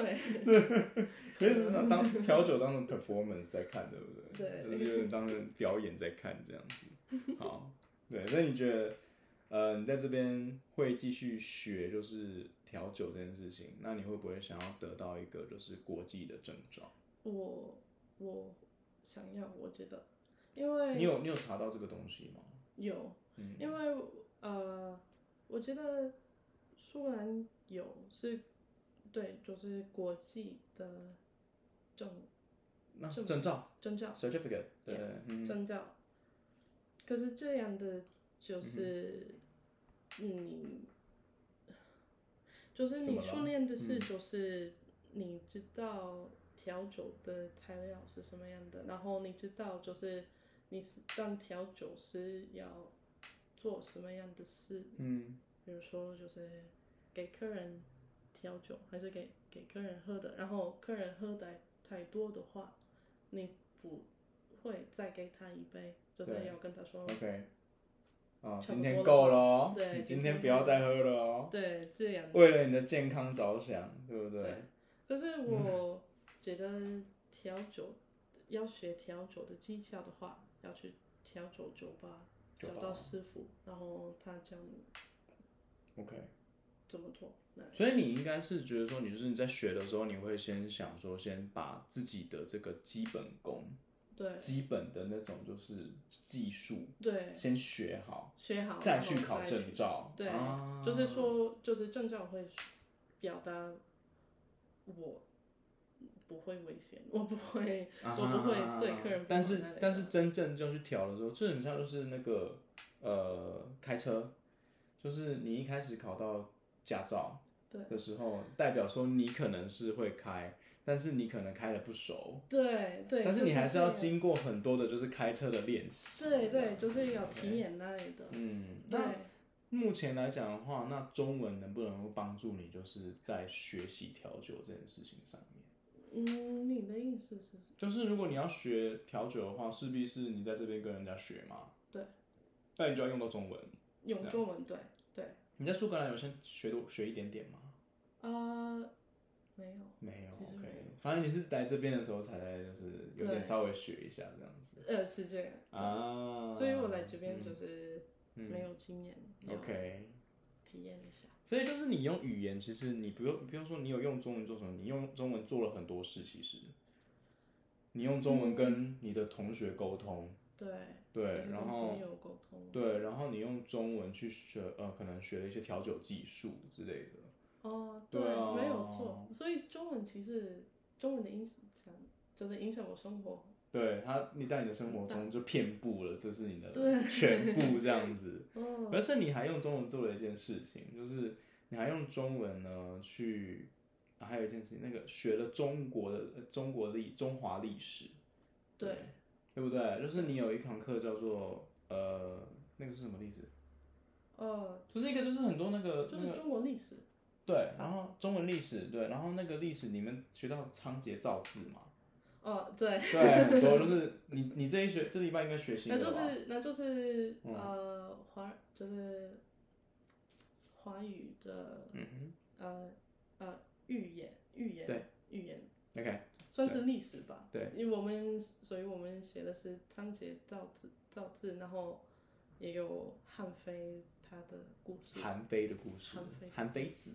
Speaker 2: 可是拿当 调酒当成 performance 在看，对不对？
Speaker 1: 对
Speaker 2: 就是有点当成表演在看这样 子。好，对，那你觉得，呃，你在这边会继续学就是调酒这件事情，那你会不会想要得到一个就是国际的证照？
Speaker 1: 我我想要，我觉得，因为
Speaker 2: 你有你有查到这个东西吗？
Speaker 1: 有
Speaker 2: 嗯，
Speaker 1: 因为呃，我觉得苏格兰有是，对，就是国际的证
Speaker 2: 那证照
Speaker 1: 证照
Speaker 2: certificate，对，嗯，
Speaker 1: 宗教。可是这样的就是，嗯你就是
Speaker 2: 嗯怎么
Speaker 1: 你
Speaker 2: 了嗯
Speaker 1: 训练的事，就是你知道调酒的材料是什么样的，然后你知道就是你是当调酒师要做什么样的事，
Speaker 2: 嗯，
Speaker 1: 比如说就是给客人调酒，还是给给客人喝的，然后客人喝的太多的话，你不会再给他一杯，就是
Speaker 2: 对
Speaker 1: 要跟他说
Speaker 2: 嗯 OK，哦，
Speaker 1: 差不
Speaker 2: 今
Speaker 1: 多
Speaker 2: 天
Speaker 1: 了
Speaker 2: 够
Speaker 1: 吧
Speaker 2: 了哦，
Speaker 1: 对
Speaker 2: 你今
Speaker 1: 今
Speaker 2: 天
Speaker 1: 天
Speaker 2: 不要再喝了哦，
Speaker 1: 对，这样。
Speaker 2: 为了你的健康着想，对不对？
Speaker 1: 对可是
Speaker 2: 嗯
Speaker 1: 我觉得调酒、要学调酒的技巧的话，要去调酒酒吧，
Speaker 2: 酒
Speaker 1: 找
Speaker 2: 吧
Speaker 1: 到师傅，然后他教你
Speaker 2: OK，
Speaker 1: 怎么做。那
Speaker 2: 所以你应该是觉得说，你就是你在学的时候，你会先想说，先把自己的这个基本功、
Speaker 1: 对
Speaker 2: 基本的那种就是技术
Speaker 1: 对，
Speaker 2: 先学好，
Speaker 1: 学好
Speaker 2: 再
Speaker 1: 然后
Speaker 2: 去考
Speaker 1: 去
Speaker 2: 证照。
Speaker 1: 对，
Speaker 2: 啊
Speaker 1: 就是说，就是证照会表达我不会危险，我不会，
Speaker 2: 啊
Speaker 1: 我不会对客人不好
Speaker 2: 但是
Speaker 1: 那类的
Speaker 2: 但是真正就去调的时候，这很像就是那个呃开车，就是你一开始考到驾照
Speaker 1: 对
Speaker 2: 的时候，代表说你可能是会开，但是你可能开的不熟，
Speaker 1: 对对，
Speaker 2: 但是
Speaker 1: 就
Speaker 2: 你还是要
Speaker 1: 这样
Speaker 2: 经过很多的就是开车的练习。
Speaker 1: 对
Speaker 2: 这
Speaker 1: 对，
Speaker 2: 样子
Speaker 1: 就是要体。
Speaker 2: 对
Speaker 1: 验那类的，
Speaker 2: 嗯，那
Speaker 1: 对。
Speaker 2: 目前来讲的话，那中文能不能够帮助你，就是在学习调酒这件事情上面？
Speaker 1: 嗯，你的意思是什么？
Speaker 2: 就是如果你要学调酒的话，势必是你在这边跟人家学嘛，
Speaker 1: 对，
Speaker 2: 那你就要用到中文。
Speaker 1: 用
Speaker 2: 啊
Speaker 1: 中文对对，
Speaker 2: 你在苏格兰有先学多学一点点吗？
Speaker 1: 呃，没有，
Speaker 2: 没有
Speaker 1: 其实没
Speaker 2: ，OK
Speaker 1: 有。
Speaker 2: 反正你是来这边的时候才来，就是有点
Speaker 1: 对
Speaker 2: 稍微学一下这样子
Speaker 1: 呃，是这样，
Speaker 2: 啊。
Speaker 1: 所以我来这边就
Speaker 2: 嗯哦
Speaker 1: 是没有经验、要
Speaker 2: OK。
Speaker 1: 体验一下，
Speaker 2: 所以就是你用语言，其实你不用不用说你有用中文做什么，你用中文做了很多事。其实，你用中
Speaker 1: 嗯
Speaker 2: 文跟你的同学沟通，
Speaker 1: 对，
Speaker 2: 对
Speaker 1: 也，是跟
Speaker 2: 然后
Speaker 1: 朋友沟通，
Speaker 2: 对，然后你用中文去学，呃，可能学了一些调酒技术之类的。
Speaker 1: 哦，
Speaker 2: 对啊
Speaker 1: 没有错，所以中文其实中文的影响就是影响我生活，
Speaker 2: 对他，你在你的生活中就遍布了，这是你的
Speaker 1: 对
Speaker 2: 全部这样 子。
Speaker 1: 哦，
Speaker 2: 而且你还用中文做了一件事情，就是你还用中文呢去，啊还有一件事情，那个学了中国的呃中国历中华历史，
Speaker 1: 对，
Speaker 2: 对不对？就是你有一堂课叫做呃，那个是什么历史？
Speaker 1: 哦，
Speaker 2: 就是一个就是很多那个
Speaker 1: 就是
Speaker 2: 那个
Speaker 1: 中国历史，
Speaker 2: 对，
Speaker 1: 嗯
Speaker 2: 然后中文历史对，然后那个历史里面学到仓颉造字嘛，
Speaker 1: 哦，对，
Speaker 2: 对，很 多就是你你这一学这礼拜应该学习
Speaker 1: 那
Speaker 2: 的吧？
Speaker 1: 就是那就是、
Speaker 2: 嗯
Speaker 1: 呃华就是华语的
Speaker 2: 嗯
Speaker 1: 呃呃预言预言
Speaker 2: 对
Speaker 1: 预言
Speaker 2: 哼，OK，
Speaker 1: 算是历史吧。
Speaker 2: 对，
Speaker 1: 因为我们所以我们写的是仓颉造字造字，然后也有汉妃她的故事，
Speaker 2: 韩非的故事
Speaker 1: 韩非，
Speaker 2: 韩非子，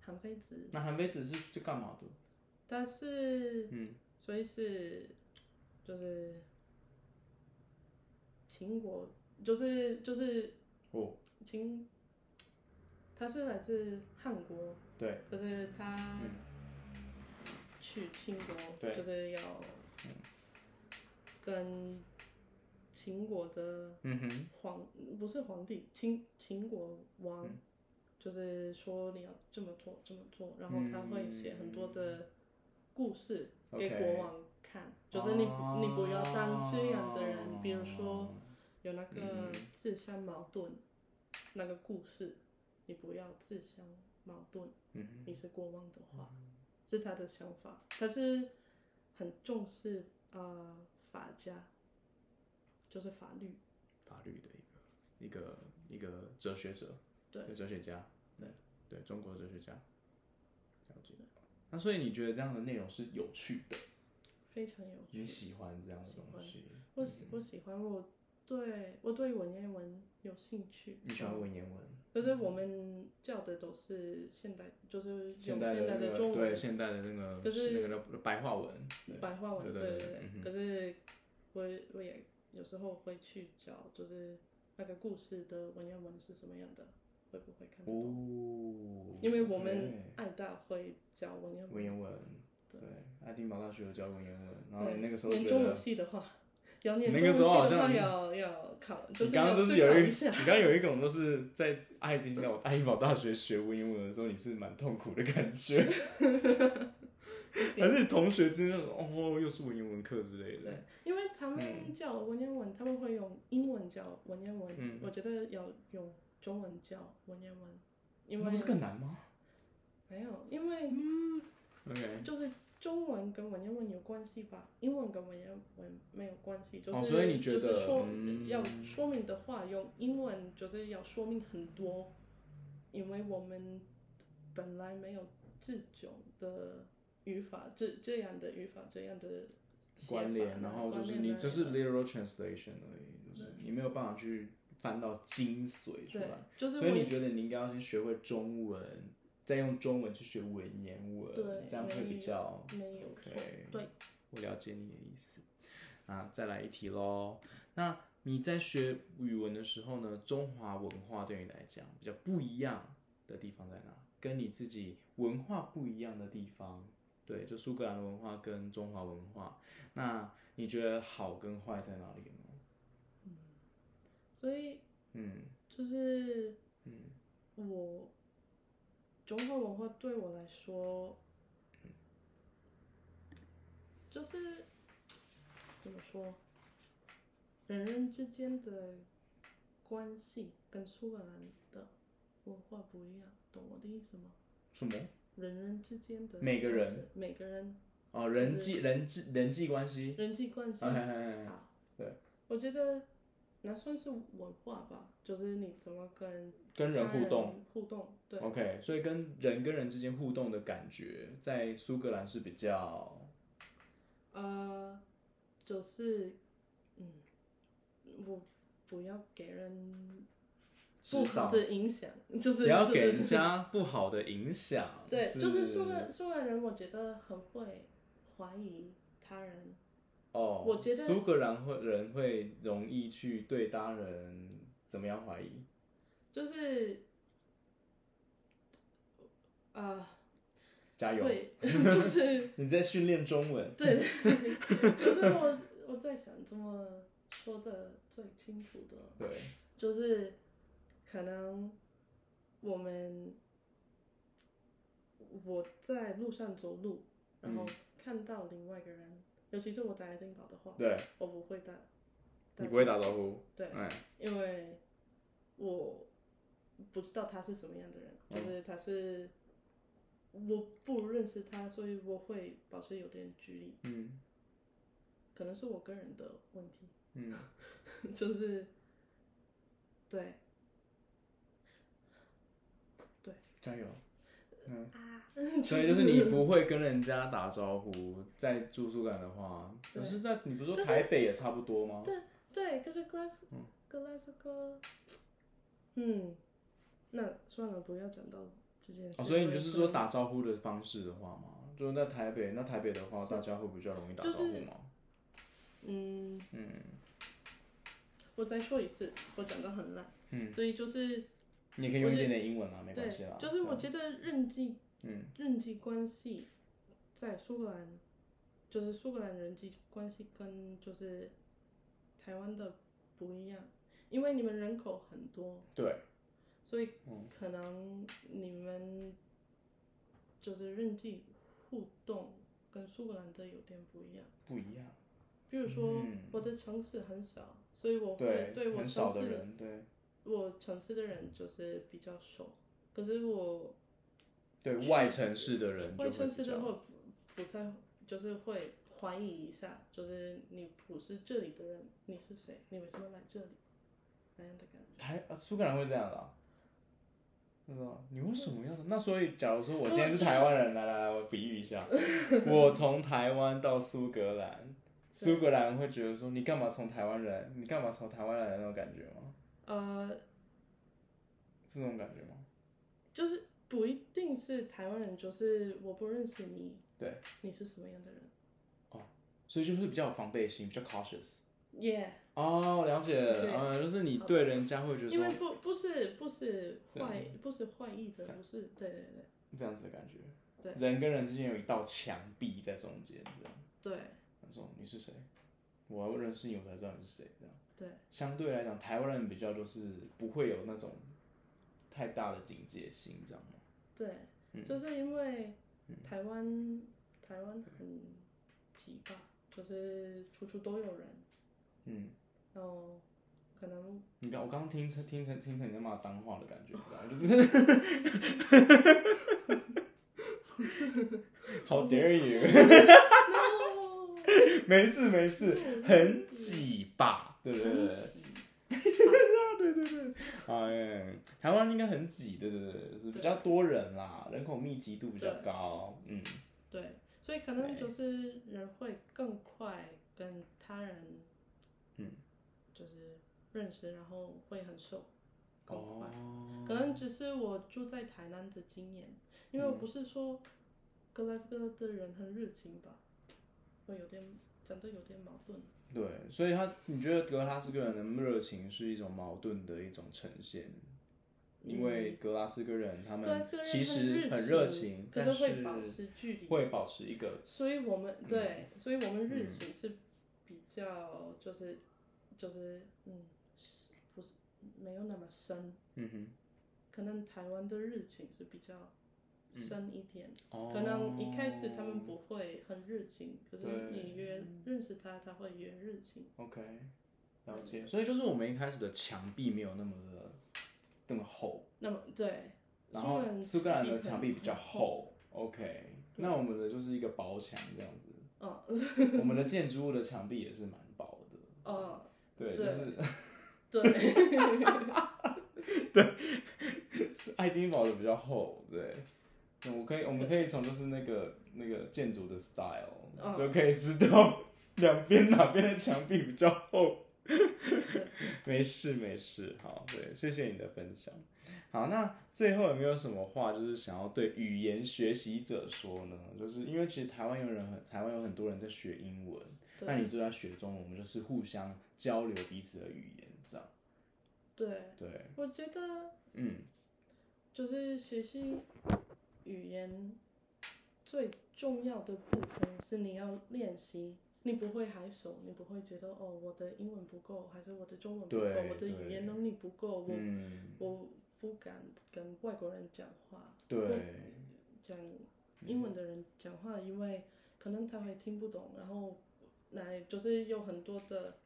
Speaker 1: 韩非子，
Speaker 2: 那韩非子是是干嘛的？
Speaker 1: 但是
Speaker 2: 嗯，
Speaker 1: 所以是就是秦国，就是就是
Speaker 2: 哦，
Speaker 1: 秦，他是来自汉国，
Speaker 2: 对，
Speaker 1: 就是他
Speaker 2: 嗯
Speaker 1: 去秦国，
Speaker 2: 对
Speaker 1: 就是要跟秦国的
Speaker 2: 嗯哼，
Speaker 1: 皇不是皇帝，秦秦国王，
Speaker 2: 嗯
Speaker 1: 就是说你要这么做这么做，然后他会写很多的故事给
Speaker 2: 嗯 OK
Speaker 1: 国王看，就是你不你不要当这样的人，
Speaker 2: 哦
Speaker 1: 比如说有那个
Speaker 2: 嗯
Speaker 1: 自相矛盾那个故事，你不要自相矛盾。
Speaker 2: 嗯哼，
Speaker 1: 你是国王的话，是他的想法，他是很重视呃法家，就是法律，
Speaker 2: 法律的一个一个一个哲学者，
Speaker 1: 对
Speaker 2: 一个哲学家，对对，中国的哲学家，了解。那所以你觉得这样的内容是有趣的，
Speaker 1: 非常有
Speaker 2: 你
Speaker 1: 趣。
Speaker 2: 喜嗯欢这样的东西？
Speaker 1: 我喜我喜欢我对我对文言文有兴趣，
Speaker 2: 你喜欢文言文？
Speaker 1: 可是我们教的都是现代，就是用
Speaker 2: 代的
Speaker 1: 现代
Speaker 2: 那
Speaker 1: 的
Speaker 2: 个
Speaker 1: 中
Speaker 2: 对
Speaker 1: 文
Speaker 2: 现代的那个
Speaker 1: 可是
Speaker 2: 那个叫白话文，对
Speaker 1: 白话
Speaker 2: 对
Speaker 1: 文，
Speaker 2: 对
Speaker 1: 对
Speaker 2: 对
Speaker 1: 对
Speaker 2: 嗯哼
Speaker 1: 可是我我也有时候会去找，就是那个故事的文言文是什么样的，会不会看得懂？
Speaker 2: 哦，
Speaker 1: 因为我们
Speaker 2: OK
Speaker 1: 爱大会教文言
Speaker 2: 文
Speaker 1: 文，
Speaker 2: 言文，对，爱丁堡大学有教文言文，然后你那个时候
Speaker 1: 念
Speaker 2: 觉
Speaker 1: 中
Speaker 2: 得
Speaker 1: 文，系的话，要念
Speaker 2: 那个
Speaker 1: 中文系
Speaker 2: 时候好
Speaker 1: 的
Speaker 2: 像
Speaker 1: 话
Speaker 2: 你
Speaker 1: 要要考，就
Speaker 2: 你
Speaker 1: 是啊
Speaker 2: 刚
Speaker 1: 要
Speaker 2: 刚就是
Speaker 1: 思
Speaker 2: 有
Speaker 1: 考
Speaker 2: 一，
Speaker 1: 一
Speaker 2: 你
Speaker 1: 下。
Speaker 2: 刚刚有一种就是在爱丁堡 爱丁堡大学学文言文的时候，你是蛮痛苦的感 觉，还是同学之间那种哦，又是文言文课之类的，
Speaker 1: 对，因为他们教文言文，他们会用英文教文言文，
Speaker 2: 嗯
Speaker 1: 我觉得要用中文教文言文，因
Speaker 2: 那
Speaker 1: 为
Speaker 2: 不是更难吗
Speaker 1: 没有，因为
Speaker 2: ？OK，
Speaker 1: 就是中文跟文言文有关系吧，英文跟文言文没有关系，就是、
Speaker 2: 哦所以你觉得
Speaker 1: 就是说、
Speaker 2: 嗯
Speaker 1: 要说明的话，用英文就是要说明很多，因为我们本来没有这种的语法，这这样的语法，这样的写法
Speaker 2: 关联，
Speaker 1: 那
Speaker 2: 然后就是
Speaker 1: 关联
Speaker 2: 你
Speaker 1: 那
Speaker 2: 这是
Speaker 1: 个
Speaker 2: literal translation 而已，就是你没有办法去翻到精髓出
Speaker 1: 对
Speaker 2: 来。，
Speaker 1: 就是
Speaker 2: 所以你
Speaker 1: 文
Speaker 2: 觉得你应该要先学会中文，再用中文去学文言文，
Speaker 1: 对
Speaker 2: 呃这样会比较。
Speaker 1: 没有错
Speaker 2: OK
Speaker 1: 对，
Speaker 2: 我了解你的意思。啊，再来一题喽。那你在学语文的时候呢，中华文化对你来讲比较不一样的地方在哪？跟你自己文化不一样的地方，对，就苏格兰的文化跟中华文化，那你觉得好跟坏在哪里呢？
Speaker 1: 所以
Speaker 2: 嗯
Speaker 1: 就是
Speaker 2: 嗯，
Speaker 1: 我中华文化对我来说，就是怎么说，人人之间的关系跟苏格兰的文化不一样，懂我的意思吗？
Speaker 2: 什么？
Speaker 1: 人人之间的
Speaker 2: 每个
Speaker 1: 关
Speaker 2: 人
Speaker 1: 系，每个人
Speaker 2: 哦，人际人际人际关系，
Speaker 1: 人际关系
Speaker 2: 哎哎哎哎
Speaker 1: 好，
Speaker 2: 对，
Speaker 1: 我觉得那算是文化吧，就是你怎么跟
Speaker 2: 跟人
Speaker 1: 他
Speaker 2: 互动，
Speaker 1: 互动，对，
Speaker 2: OK，所以跟人跟人之间互动的感觉，在苏格兰是比较
Speaker 1: 呃，就是，嗯，我不要给人
Speaker 2: 知
Speaker 1: 不好
Speaker 2: 道，
Speaker 1: 的影响， 就是
Speaker 2: 不要给
Speaker 1: 就是
Speaker 2: 人家不好的影响。
Speaker 1: 对，就是苏格
Speaker 2: 格
Speaker 1: 苏格兰人，我觉得很会怀疑他人，
Speaker 2: 哦，
Speaker 1: 我觉得
Speaker 2: 苏格兰会人会容易去对他人怎么样怀疑？
Speaker 1: 就是，啊、
Speaker 2: 加油！
Speaker 1: 会 就是
Speaker 2: 你在训练中文，
Speaker 1: 对，可是我我在想怎么说的最清楚的。
Speaker 2: 对，
Speaker 1: 就是可能我们我在路上走路，然
Speaker 2: 嗯
Speaker 1: 后看到另外一个人，尤其是我在爱丁堡的话，
Speaker 2: 对，
Speaker 1: 我不会打，
Speaker 2: 你不会打招呼，
Speaker 1: 对
Speaker 2: 哎，
Speaker 1: 因为我不知道他是什么样的人，
Speaker 2: 嗯
Speaker 1: 就是他是。我不认识他，所以我会保持有点距离，
Speaker 2: 嗯
Speaker 1: 可能是我个人的问题。
Speaker 2: 嗯，
Speaker 1: 就是，对
Speaker 2: 加油。 嗯，
Speaker 1: 啊，
Speaker 2: 所以就是你不会跟人家打招呼，在住苏格兰的话，可
Speaker 1: 对
Speaker 2: 是在你不是说台北也差不多吗？
Speaker 1: 对对，可是 glass
Speaker 2: 嗯
Speaker 1: glass 哥，嗯，那算了，不要讲到这件事。
Speaker 2: 哦，所以你就是说
Speaker 1: 我也不能，
Speaker 2: 打招呼的方式的话嘛，就是在台北，那台北的话，大家会比较容易打招呼
Speaker 1: 就是
Speaker 2: 吗？
Speaker 1: 嗯，
Speaker 2: 嗯
Speaker 1: 我再说一次，我讲的很烂，
Speaker 2: 嗯，
Speaker 1: 所以就是
Speaker 2: 你也可以用一点点英文啊，没关系啦
Speaker 1: 对，。就是我
Speaker 2: 对
Speaker 1: 觉得人际
Speaker 2: 嗯
Speaker 1: 人际关系在苏格兰，就是苏格兰人际关系跟就是台湾的不一样，因为你们人口很多，
Speaker 2: 对，
Speaker 1: 所以
Speaker 2: 嗯
Speaker 1: 可能你们就是人际互动跟苏格兰的有点不一样。
Speaker 2: 不一样，
Speaker 1: 比如说
Speaker 2: 嗯，
Speaker 1: 我的城市很少，所以我会
Speaker 2: 对，
Speaker 1: 对我
Speaker 2: 很少
Speaker 1: 城
Speaker 2: 的
Speaker 1: 市
Speaker 2: 人，对
Speaker 1: 我城市的人就是比较熟，可是我
Speaker 2: 对，外城市的人就
Speaker 1: 外
Speaker 2: 会
Speaker 1: 城
Speaker 2: 比
Speaker 1: 市
Speaker 2: 较
Speaker 1: 的话不不太就是会怀疑一下，就是你不是这里的人，你是谁？你为什么来这里？那样的感觉。
Speaker 2: 台啊苏格兰会这样的啊。那种你为什么要？那所以，假如说我今天是台湾人，来来来，我比喻一 下，我从台湾到苏格兰，苏格兰会觉得说你干嘛从台湾人，你干嘛从台湾来的那种感觉吗？
Speaker 1: 呃，
Speaker 2: 是这种感觉吗？
Speaker 1: 就是不一定是台湾人，就是我不认识你，
Speaker 2: 对，
Speaker 1: 你是什么样的人
Speaker 2: 所以就是比较有防备心，比较 cautious。
Speaker 1: ？Yeah，
Speaker 2: 哦，了解，
Speaker 1: 是这样
Speaker 2: 嗯，就是你对人家会觉得
Speaker 1: 因为
Speaker 2: 说
Speaker 1: 不不是不是
Speaker 2: 对
Speaker 1: 坏不是坏意的，不是对对对
Speaker 2: 这样子的感觉，
Speaker 1: 对
Speaker 2: 人跟人之间有一道墙壁在中间，这样，
Speaker 1: 对
Speaker 2: 他说你是谁，我要认识你，我才知道你是谁，这样。
Speaker 1: 对，
Speaker 2: 相对来讲，台湾人比较就是不会有那种太大的警戒心，这样吗？
Speaker 1: 对，
Speaker 2: 嗯
Speaker 1: 就是因为台湾台湾很挤吧，就是处处都有人，
Speaker 2: 嗯，
Speaker 1: 然后可 能
Speaker 2: 你刚我刚刚听成听成听成你在骂脏 话的感觉，你知道吗？就是 How dare you！没事没事，很挤吧，对不对？对对对，哎，台湾应该很挤，对对对，是比较多人啦，人口密集度比较高，嗯，
Speaker 1: 对，所以可能就是人会更快跟他人，
Speaker 2: 嗯，
Speaker 1: 就是认识，然后会很熟，更快。
Speaker 2: 哦
Speaker 1: 可能只是我住在台南的经验，
Speaker 2: 嗯
Speaker 1: 因为我不是说格拉斯哥的人很热情吧，我有点讲的有点矛盾。
Speaker 2: 对，所以他你觉得格拉斯哥人的热情是一种矛盾的一种呈现，因为格拉斯哥人他
Speaker 1: 格拉
Speaker 2: 们
Speaker 1: 斯哥
Speaker 2: 其实
Speaker 1: 人
Speaker 2: 很
Speaker 1: 热
Speaker 2: 热情，
Speaker 1: 可
Speaker 2: 但
Speaker 1: 是
Speaker 2: 是嗯
Speaker 1: 会保持距离，
Speaker 2: 会保持一个
Speaker 1: 所以我们对，所以我们
Speaker 2: 嗯
Speaker 1: 日情是比较就是就是嗯，是不是没有那么深，
Speaker 2: 嗯
Speaker 1: 可能台湾的日情是比较深一点，
Speaker 2: 哼，哦，
Speaker 1: 可能一开始他们不会很热情，可是
Speaker 2: 对
Speaker 1: 你约认识他，他会约热情。嗯
Speaker 2: OK，了解。所以就是我们一开始的墙壁没有那么的那么厚，
Speaker 1: 那么对，
Speaker 2: 哦然后苏
Speaker 1: 苏
Speaker 2: 格
Speaker 1: 格
Speaker 2: 兰
Speaker 1: 兰
Speaker 2: 的
Speaker 1: 的
Speaker 2: 墙
Speaker 1: 墙
Speaker 2: 壁
Speaker 1: 壁
Speaker 2: 比较厚。OK，那我们的就是一个薄墙这样子，
Speaker 1: 哦
Speaker 2: 我们的建筑物的墙壁也是蛮薄的。
Speaker 1: 哦
Speaker 2: 对，
Speaker 1: 对
Speaker 2: 就
Speaker 1: 对，
Speaker 2: 是爱丁堡的比较厚。对，那我可以，我们可以从就是那个那个建筑的 style、
Speaker 1: 嗯
Speaker 2: 就可以知道两边哪边的墙壁比较厚。
Speaker 1: 对
Speaker 2: 没事没事，好，对，谢谢你的分享。好，那最后有没有什么话就是想要对语言学习者说呢？就是因为其实台湾有人很，台湾有很多人在学英文，
Speaker 1: 对
Speaker 2: 那你就要学中文，我们就是互相交流彼此的语言，这样
Speaker 1: 对，
Speaker 2: 对，
Speaker 1: 我觉得
Speaker 2: 嗯
Speaker 1: 就是学习语言最重要的部分是你要练习，你不会害羞，你不会觉得哦我的英文不够，还是我的中文不够，
Speaker 2: 对
Speaker 1: 我的语言能力不够，我、
Speaker 2: 嗯，
Speaker 1: 我不敢跟外国人讲话，
Speaker 2: 对，
Speaker 1: 讲英文的人讲话，因为可能他会听不懂，然后来就是有很多的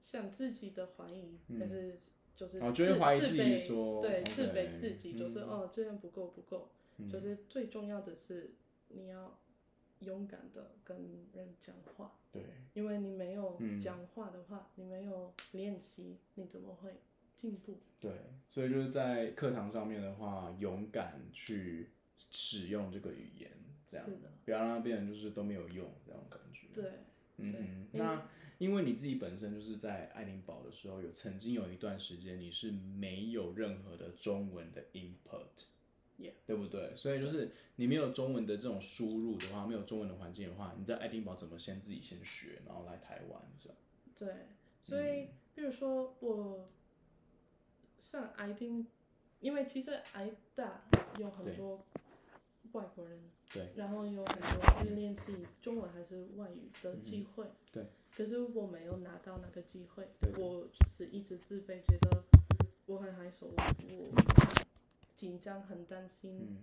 Speaker 1: 像自己的怀疑，但是就是
Speaker 2: 嗯哦就会怀疑自己
Speaker 1: 卑
Speaker 2: 说
Speaker 1: 对
Speaker 2: OK，
Speaker 1: 自卑自己，就是
Speaker 2: 嗯
Speaker 1: 哦这样不够不够，就是最重要的是你要勇敢的跟人讲话，
Speaker 2: 对，
Speaker 1: 因为你没有
Speaker 2: 嗯
Speaker 1: 讲话的话，你没有练习，你怎么会进步？
Speaker 2: 对，所以就是在课堂上面的话，勇敢去使用这个语言，这样
Speaker 1: 是的，
Speaker 2: 不要让它变成就是都没有用这种感觉。
Speaker 1: 对，
Speaker 2: 嗯哼，
Speaker 1: 对
Speaker 2: 那因为你自己本身就是在爱丁堡的时候，有曾经有一段时间你是没有任何的中文的 input，、
Speaker 1: Yeah
Speaker 2: 对不对？所以就是你没有中文的这种输入的话，没有中文的环境的话，你在爱丁堡怎么先自己先学，然后来台湾这样？
Speaker 1: 对，所
Speaker 2: 嗯
Speaker 1: 以比如说我上爱丁，因为其实挨大有很多外国人，
Speaker 2: 对，嗯
Speaker 1: 然后有很多可以练习中文还是外语的机会，
Speaker 2: 对。
Speaker 1: 可是我没有拿到那个机会
Speaker 2: 对，
Speaker 1: 我是一直自卑，觉得我很害羞，我紧张，很担心。
Speaker 2: 嗯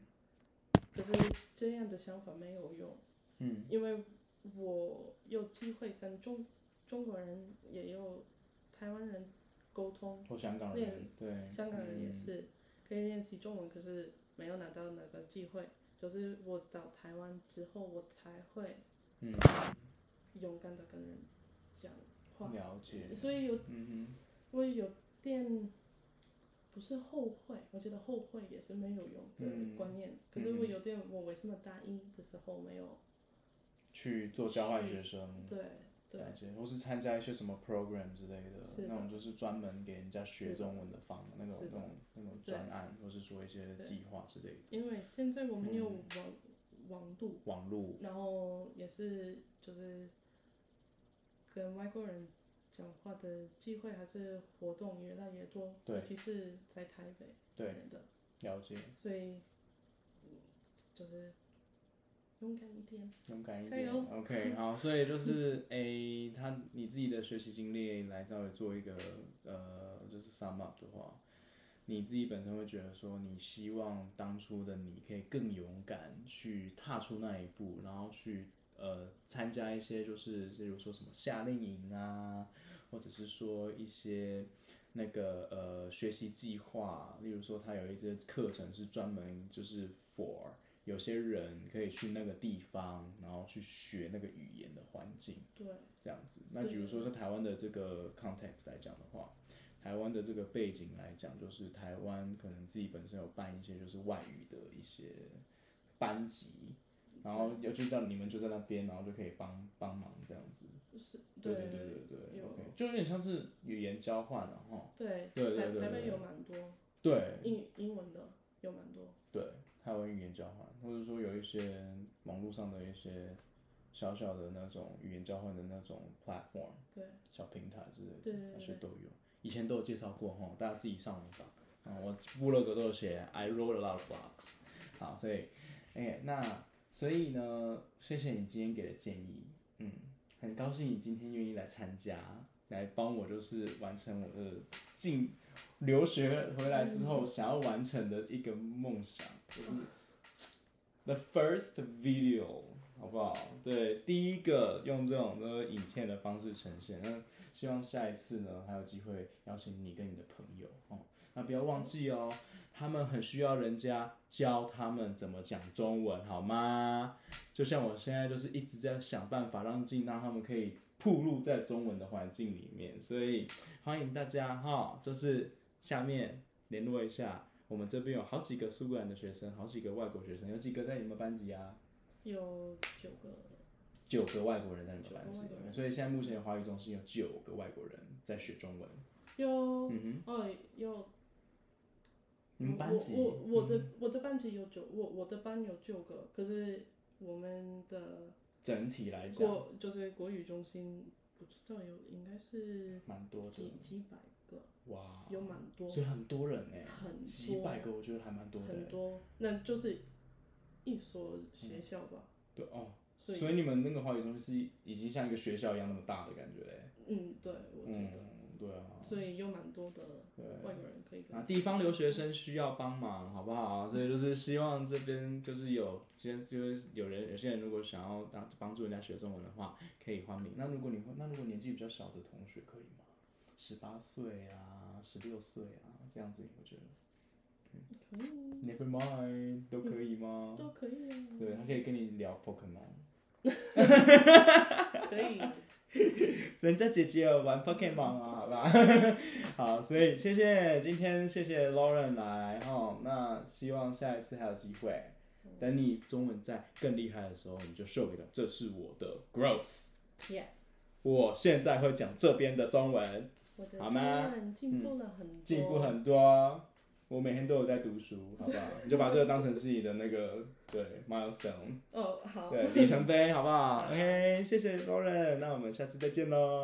Speaker 1: 可是这样的想法没有用，
Speaker 2: 嗯
Speaker 1: 因为我有机会跟中中国人也有台湾人沟通，
Speaker 2: 或香港人
Speaker 1: 练
Speaker 2: 对，
Speaker 1: 香港人也
Speaker 2: 嗯
Speaker 1: 是、可以练习中文，可是没有拿到那个机会。就是我到台湾之后，我才会
Speaker 2: 嗯，
Speaker 1: 勇敢的跟人讲话，
Speaker 2: 了解，
Speaker 1: 所以有
Speaker 2: 嗯
Speaker 1: 我有点不是后悔，我觉得后悔也是没有用
Speaker 2: 嗯
Speaker 1: 的观念。可是我有点，我为什么大一的时候没有？
Speaker 2: 哼，去做交换学生，
Speaker 1: 对对
Speaker 2: 了解，或是参加一些什么 program 之类的，
Speaker 1: 是的
Speaker 2: 那种就是专门给人家学
Speaker 1: 是的
Speaker 2: 中文的方那种那
Speaker 1: 是的
Speaker 2: 种那种
Speaker 1: 对
Speaker 2: 专案，或是说一些
Speaker 1: 对
Speaker 2: 计划之类的。
Speaker 1: 因为现在我们有
Speaker 2: 嗯
Speaker 1: 网、网度，
Speaker 2: 网络，
Speaker 1: 然后也是就是跟外国人讲话的机会还是活动越来越多，
Speaker 2: 对
Speaker 1: 尤其是在台北
Speaker 2: 对，
Speaker 1: 的，
Speaker 2: 了解，
Speaker 1: 所以嗯就是勇敢一点，
Speaker 2: 勇敢一
Speaker 1: 加
Speaker 2: 点
Speaker 1: 油。
Speaker 2: OK，好，所以 就是诶、他你自己的学习经历来稍微做一个呃，就是 sum up 的话，你自己本身会觉得说，你希望当初的你可以更勇敢去踏出那一步，然后去呃参加一些就是例如说什么夏令营啊，或者是说一些那个呃学习计划，例如说它有一些课程是专门就是 for 有些人可以去那个地方，然后去学那个语言的环境，
Speaker 1: 对，
Speaker 2: 这样子。那比如说在台湾的这个 context 来讲的话，台湾的这个背景来讲，就是台湾可能自己本身有办一些就是外语的一些班级，然后要就叫你们就在那边，然后就可以帮帮忙这样子。
Speaker 1: 就是
Speaker 2: 对
Speaker 1: 对
Speaker 2: 对对对
Speaker 1: 有
Speaker 2: ，OK，就有点像是语言交换然后
Speaker 1: 对
Speaker 2: 对对对
Speaker 1: 台台
Speaker 2: 对
Speaker 1: 北有蛮多
Speaker 2: 对
Speaker 1: 英英文的有蛮多，
Speaker 2: 对，台湾语言交换，或者说有一些网络上的一些小小的那种语言交换的那种 platform
Speaker 1: 对
Speaker 2: 小平台之类的，
Speaker 1: 对对
Speaker 2: 那
Speaker 1: 对
Speaker 2: 些都有，以前都有介绍过哈，大家自己上网找。啊、我部落格都有写 I wrote a lot of blogs，好，所以，哎、那所以呢，谢谢你今天给的建议，嗯，很高兴你今天愿意来参加，来帮我就是完成我的进留学回来之
Speaker 1: 嗯
Speaker 2: 后想要完成的一个梦想，就是 the first video，好不好？对，第一个用这种呃影片的方式呈现，那希望下一次呢还有机会邀请你跟你的朋友哦。那不要忘记哦，他们很需要人家教他们怎么讲中文，好吗？就像我现在就是一直在想办法让尽量他们可以暴露在中文的环境里面，所以欢迎大家哈、就是下面联络一下，我们这边有好几个苏格兰的学生，好几个外国学生，有几个在你们班级啊？
Speaker 1: 有九个，
Speaker 2: 九个外国人在你们班级里
Speaker 1: 九个外国
Speaker 2: 面，
Speaker 1: 人
Speaker 2: 所以现在目前华语中心有九个外国人在学中文。
Speaker 1: 有、
Speaker 2: 嗯
Speaker 1: 哦有
Speaker 2: 哼，你们班级嗯
Speaker 1: 我我我的我的班级有九，我我的班有九个，可是我们的
Speaker 2: 整体来讲
Speaker 1: 国就是国语中心，不知道有应该是
Speaker 2: 蛮多的
Speaker 1: 几，几百个，
Speaker 2: 哇，
Speaker 1: 有蛮多
Speaker 2: 所以很多人哎、
Speaker 1: 很多
Speaker 2: 几百个，我觉得还蛮多的、
Speaker 1: 很
Speaker 2: 欸。
Speaker 1: 多，那就是一所学校吧，
Speaker 2: 对哦，
Speaker 1: 所
Speaker 2: 所
Speaker 1: 以
Speaker 2: 以你们那个华语中心是已经像一个学校一样那么大的感觉嘞、
Speaker 1: 嗯，对，我觉得，
Speaker 2: 嗯，对啊，
Speaker 1: 所以有蛮多的
Speaker 2: 对。
Speaker 1: 外国人可以跟
Speaker 2: 啊，地方留学生需要帮忙，好不好？所以就是希望这边就是有，先就是有人有些人如果想要当帮助人家学中文的话，可以欢迎。那如果你会，那如果年纪比较小的同学可以吗？十八岁啊，十六岁啊，这样子我觉得嗯
Speaker 1: 可以
Speaker 2: never mind 都可以吗？
Speaker 1: 都可以啊，
Speaker 2: 对，他可以跟你聊 Pokemon，
Speaker 1: 可以，
Speaker 2: 人家姐姐有玩 Pokemon 啊，好吧？ 好，所以谢谢今天谢谢 Lauren 来哦，那希望下一次还有机会。等你中文在更厉害的时候，你就秀给他，这是我的 growth。
Speaker 1: 耶、
Speaker 2: 我现在会讲这边的中文，
Speaker 1: 我的
Speaker 2: 好吗嗯
Speaker 1: 中文进步了很多，
Speaker 2: 进步很多。我每天都有在读书，好不好？你就把这个当成是你的那个对 milestone，
Speaker 1: 哦，好。
Speaker 2: 对里程碑，好不好？OK，谢谢 Lauren，那我们下次再见喽。